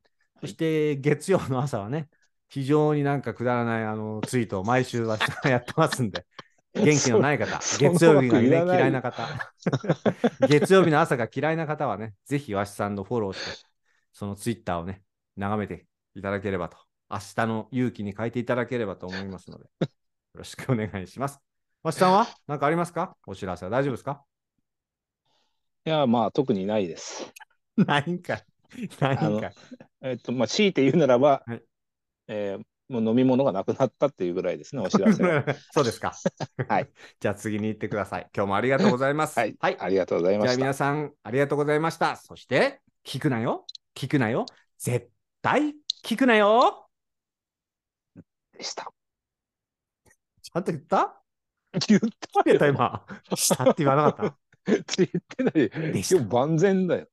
[SPEAKER 1] そして、月曜の朝はね、非常になんかくだらないあのツイートを毎週わし さんやってますんで、 元気のない方、
[SPEAKER 2] そ
[SPEAKER 1] 月曜日が、ね、
[SPEAKER 2] そんなこといらない
[SPEAKER 1] 嫌いな方、 月曜日の朝が嫌いな方は ね、ぜひわしさんのフォローして、そのツイッターをね、眺めていただければと、明日の勇気に変えていただければと思います ので、よろしくお願いします。わしさんは何かありますかお知らせは大丈夫ですか
[SPEAKER 2] いや、まあ、特にないです。
[SPEAKER 1] ないんかい。ない
[SPEAKER 2] あの
[SPEAKER 1] い。
[SPEAKER 2] えっと、まあ、強いて言うならば、
[SPEAKER 1] はい
[SPEAKER 2] えーもう飲み物がなくなったっていうぐらいですね、お知ら せは。
[SPEAKER 1] そうですか。
[SPEAKER 2] はい。
[SPEAKER 1] じゃあ次に行ってください。今日もありがとうございます。
[SPEAKER 2] はい、ありがとうございま
[SPEAKER 1] じゃあ
[SPEAKER 2] した。
[SPEAKER 1] 皆さん、ありがとうございました。そして、聞くなよ。聞くなよ。絶対聞くなよ。
[SPEAKER 2] でした。
[SPEAKER 1] ちゃんと言った
[SPEAKER 2] 言った
[SPEAKER 1] 言えた
[SPEAKER 2] よ。
[SPEAKER 1] 今。したって言わなかった。
[SPEAKER 2] 言ってない。
[SPEAKER 1] でした
[SPEAKER 2] 今日万全だよ。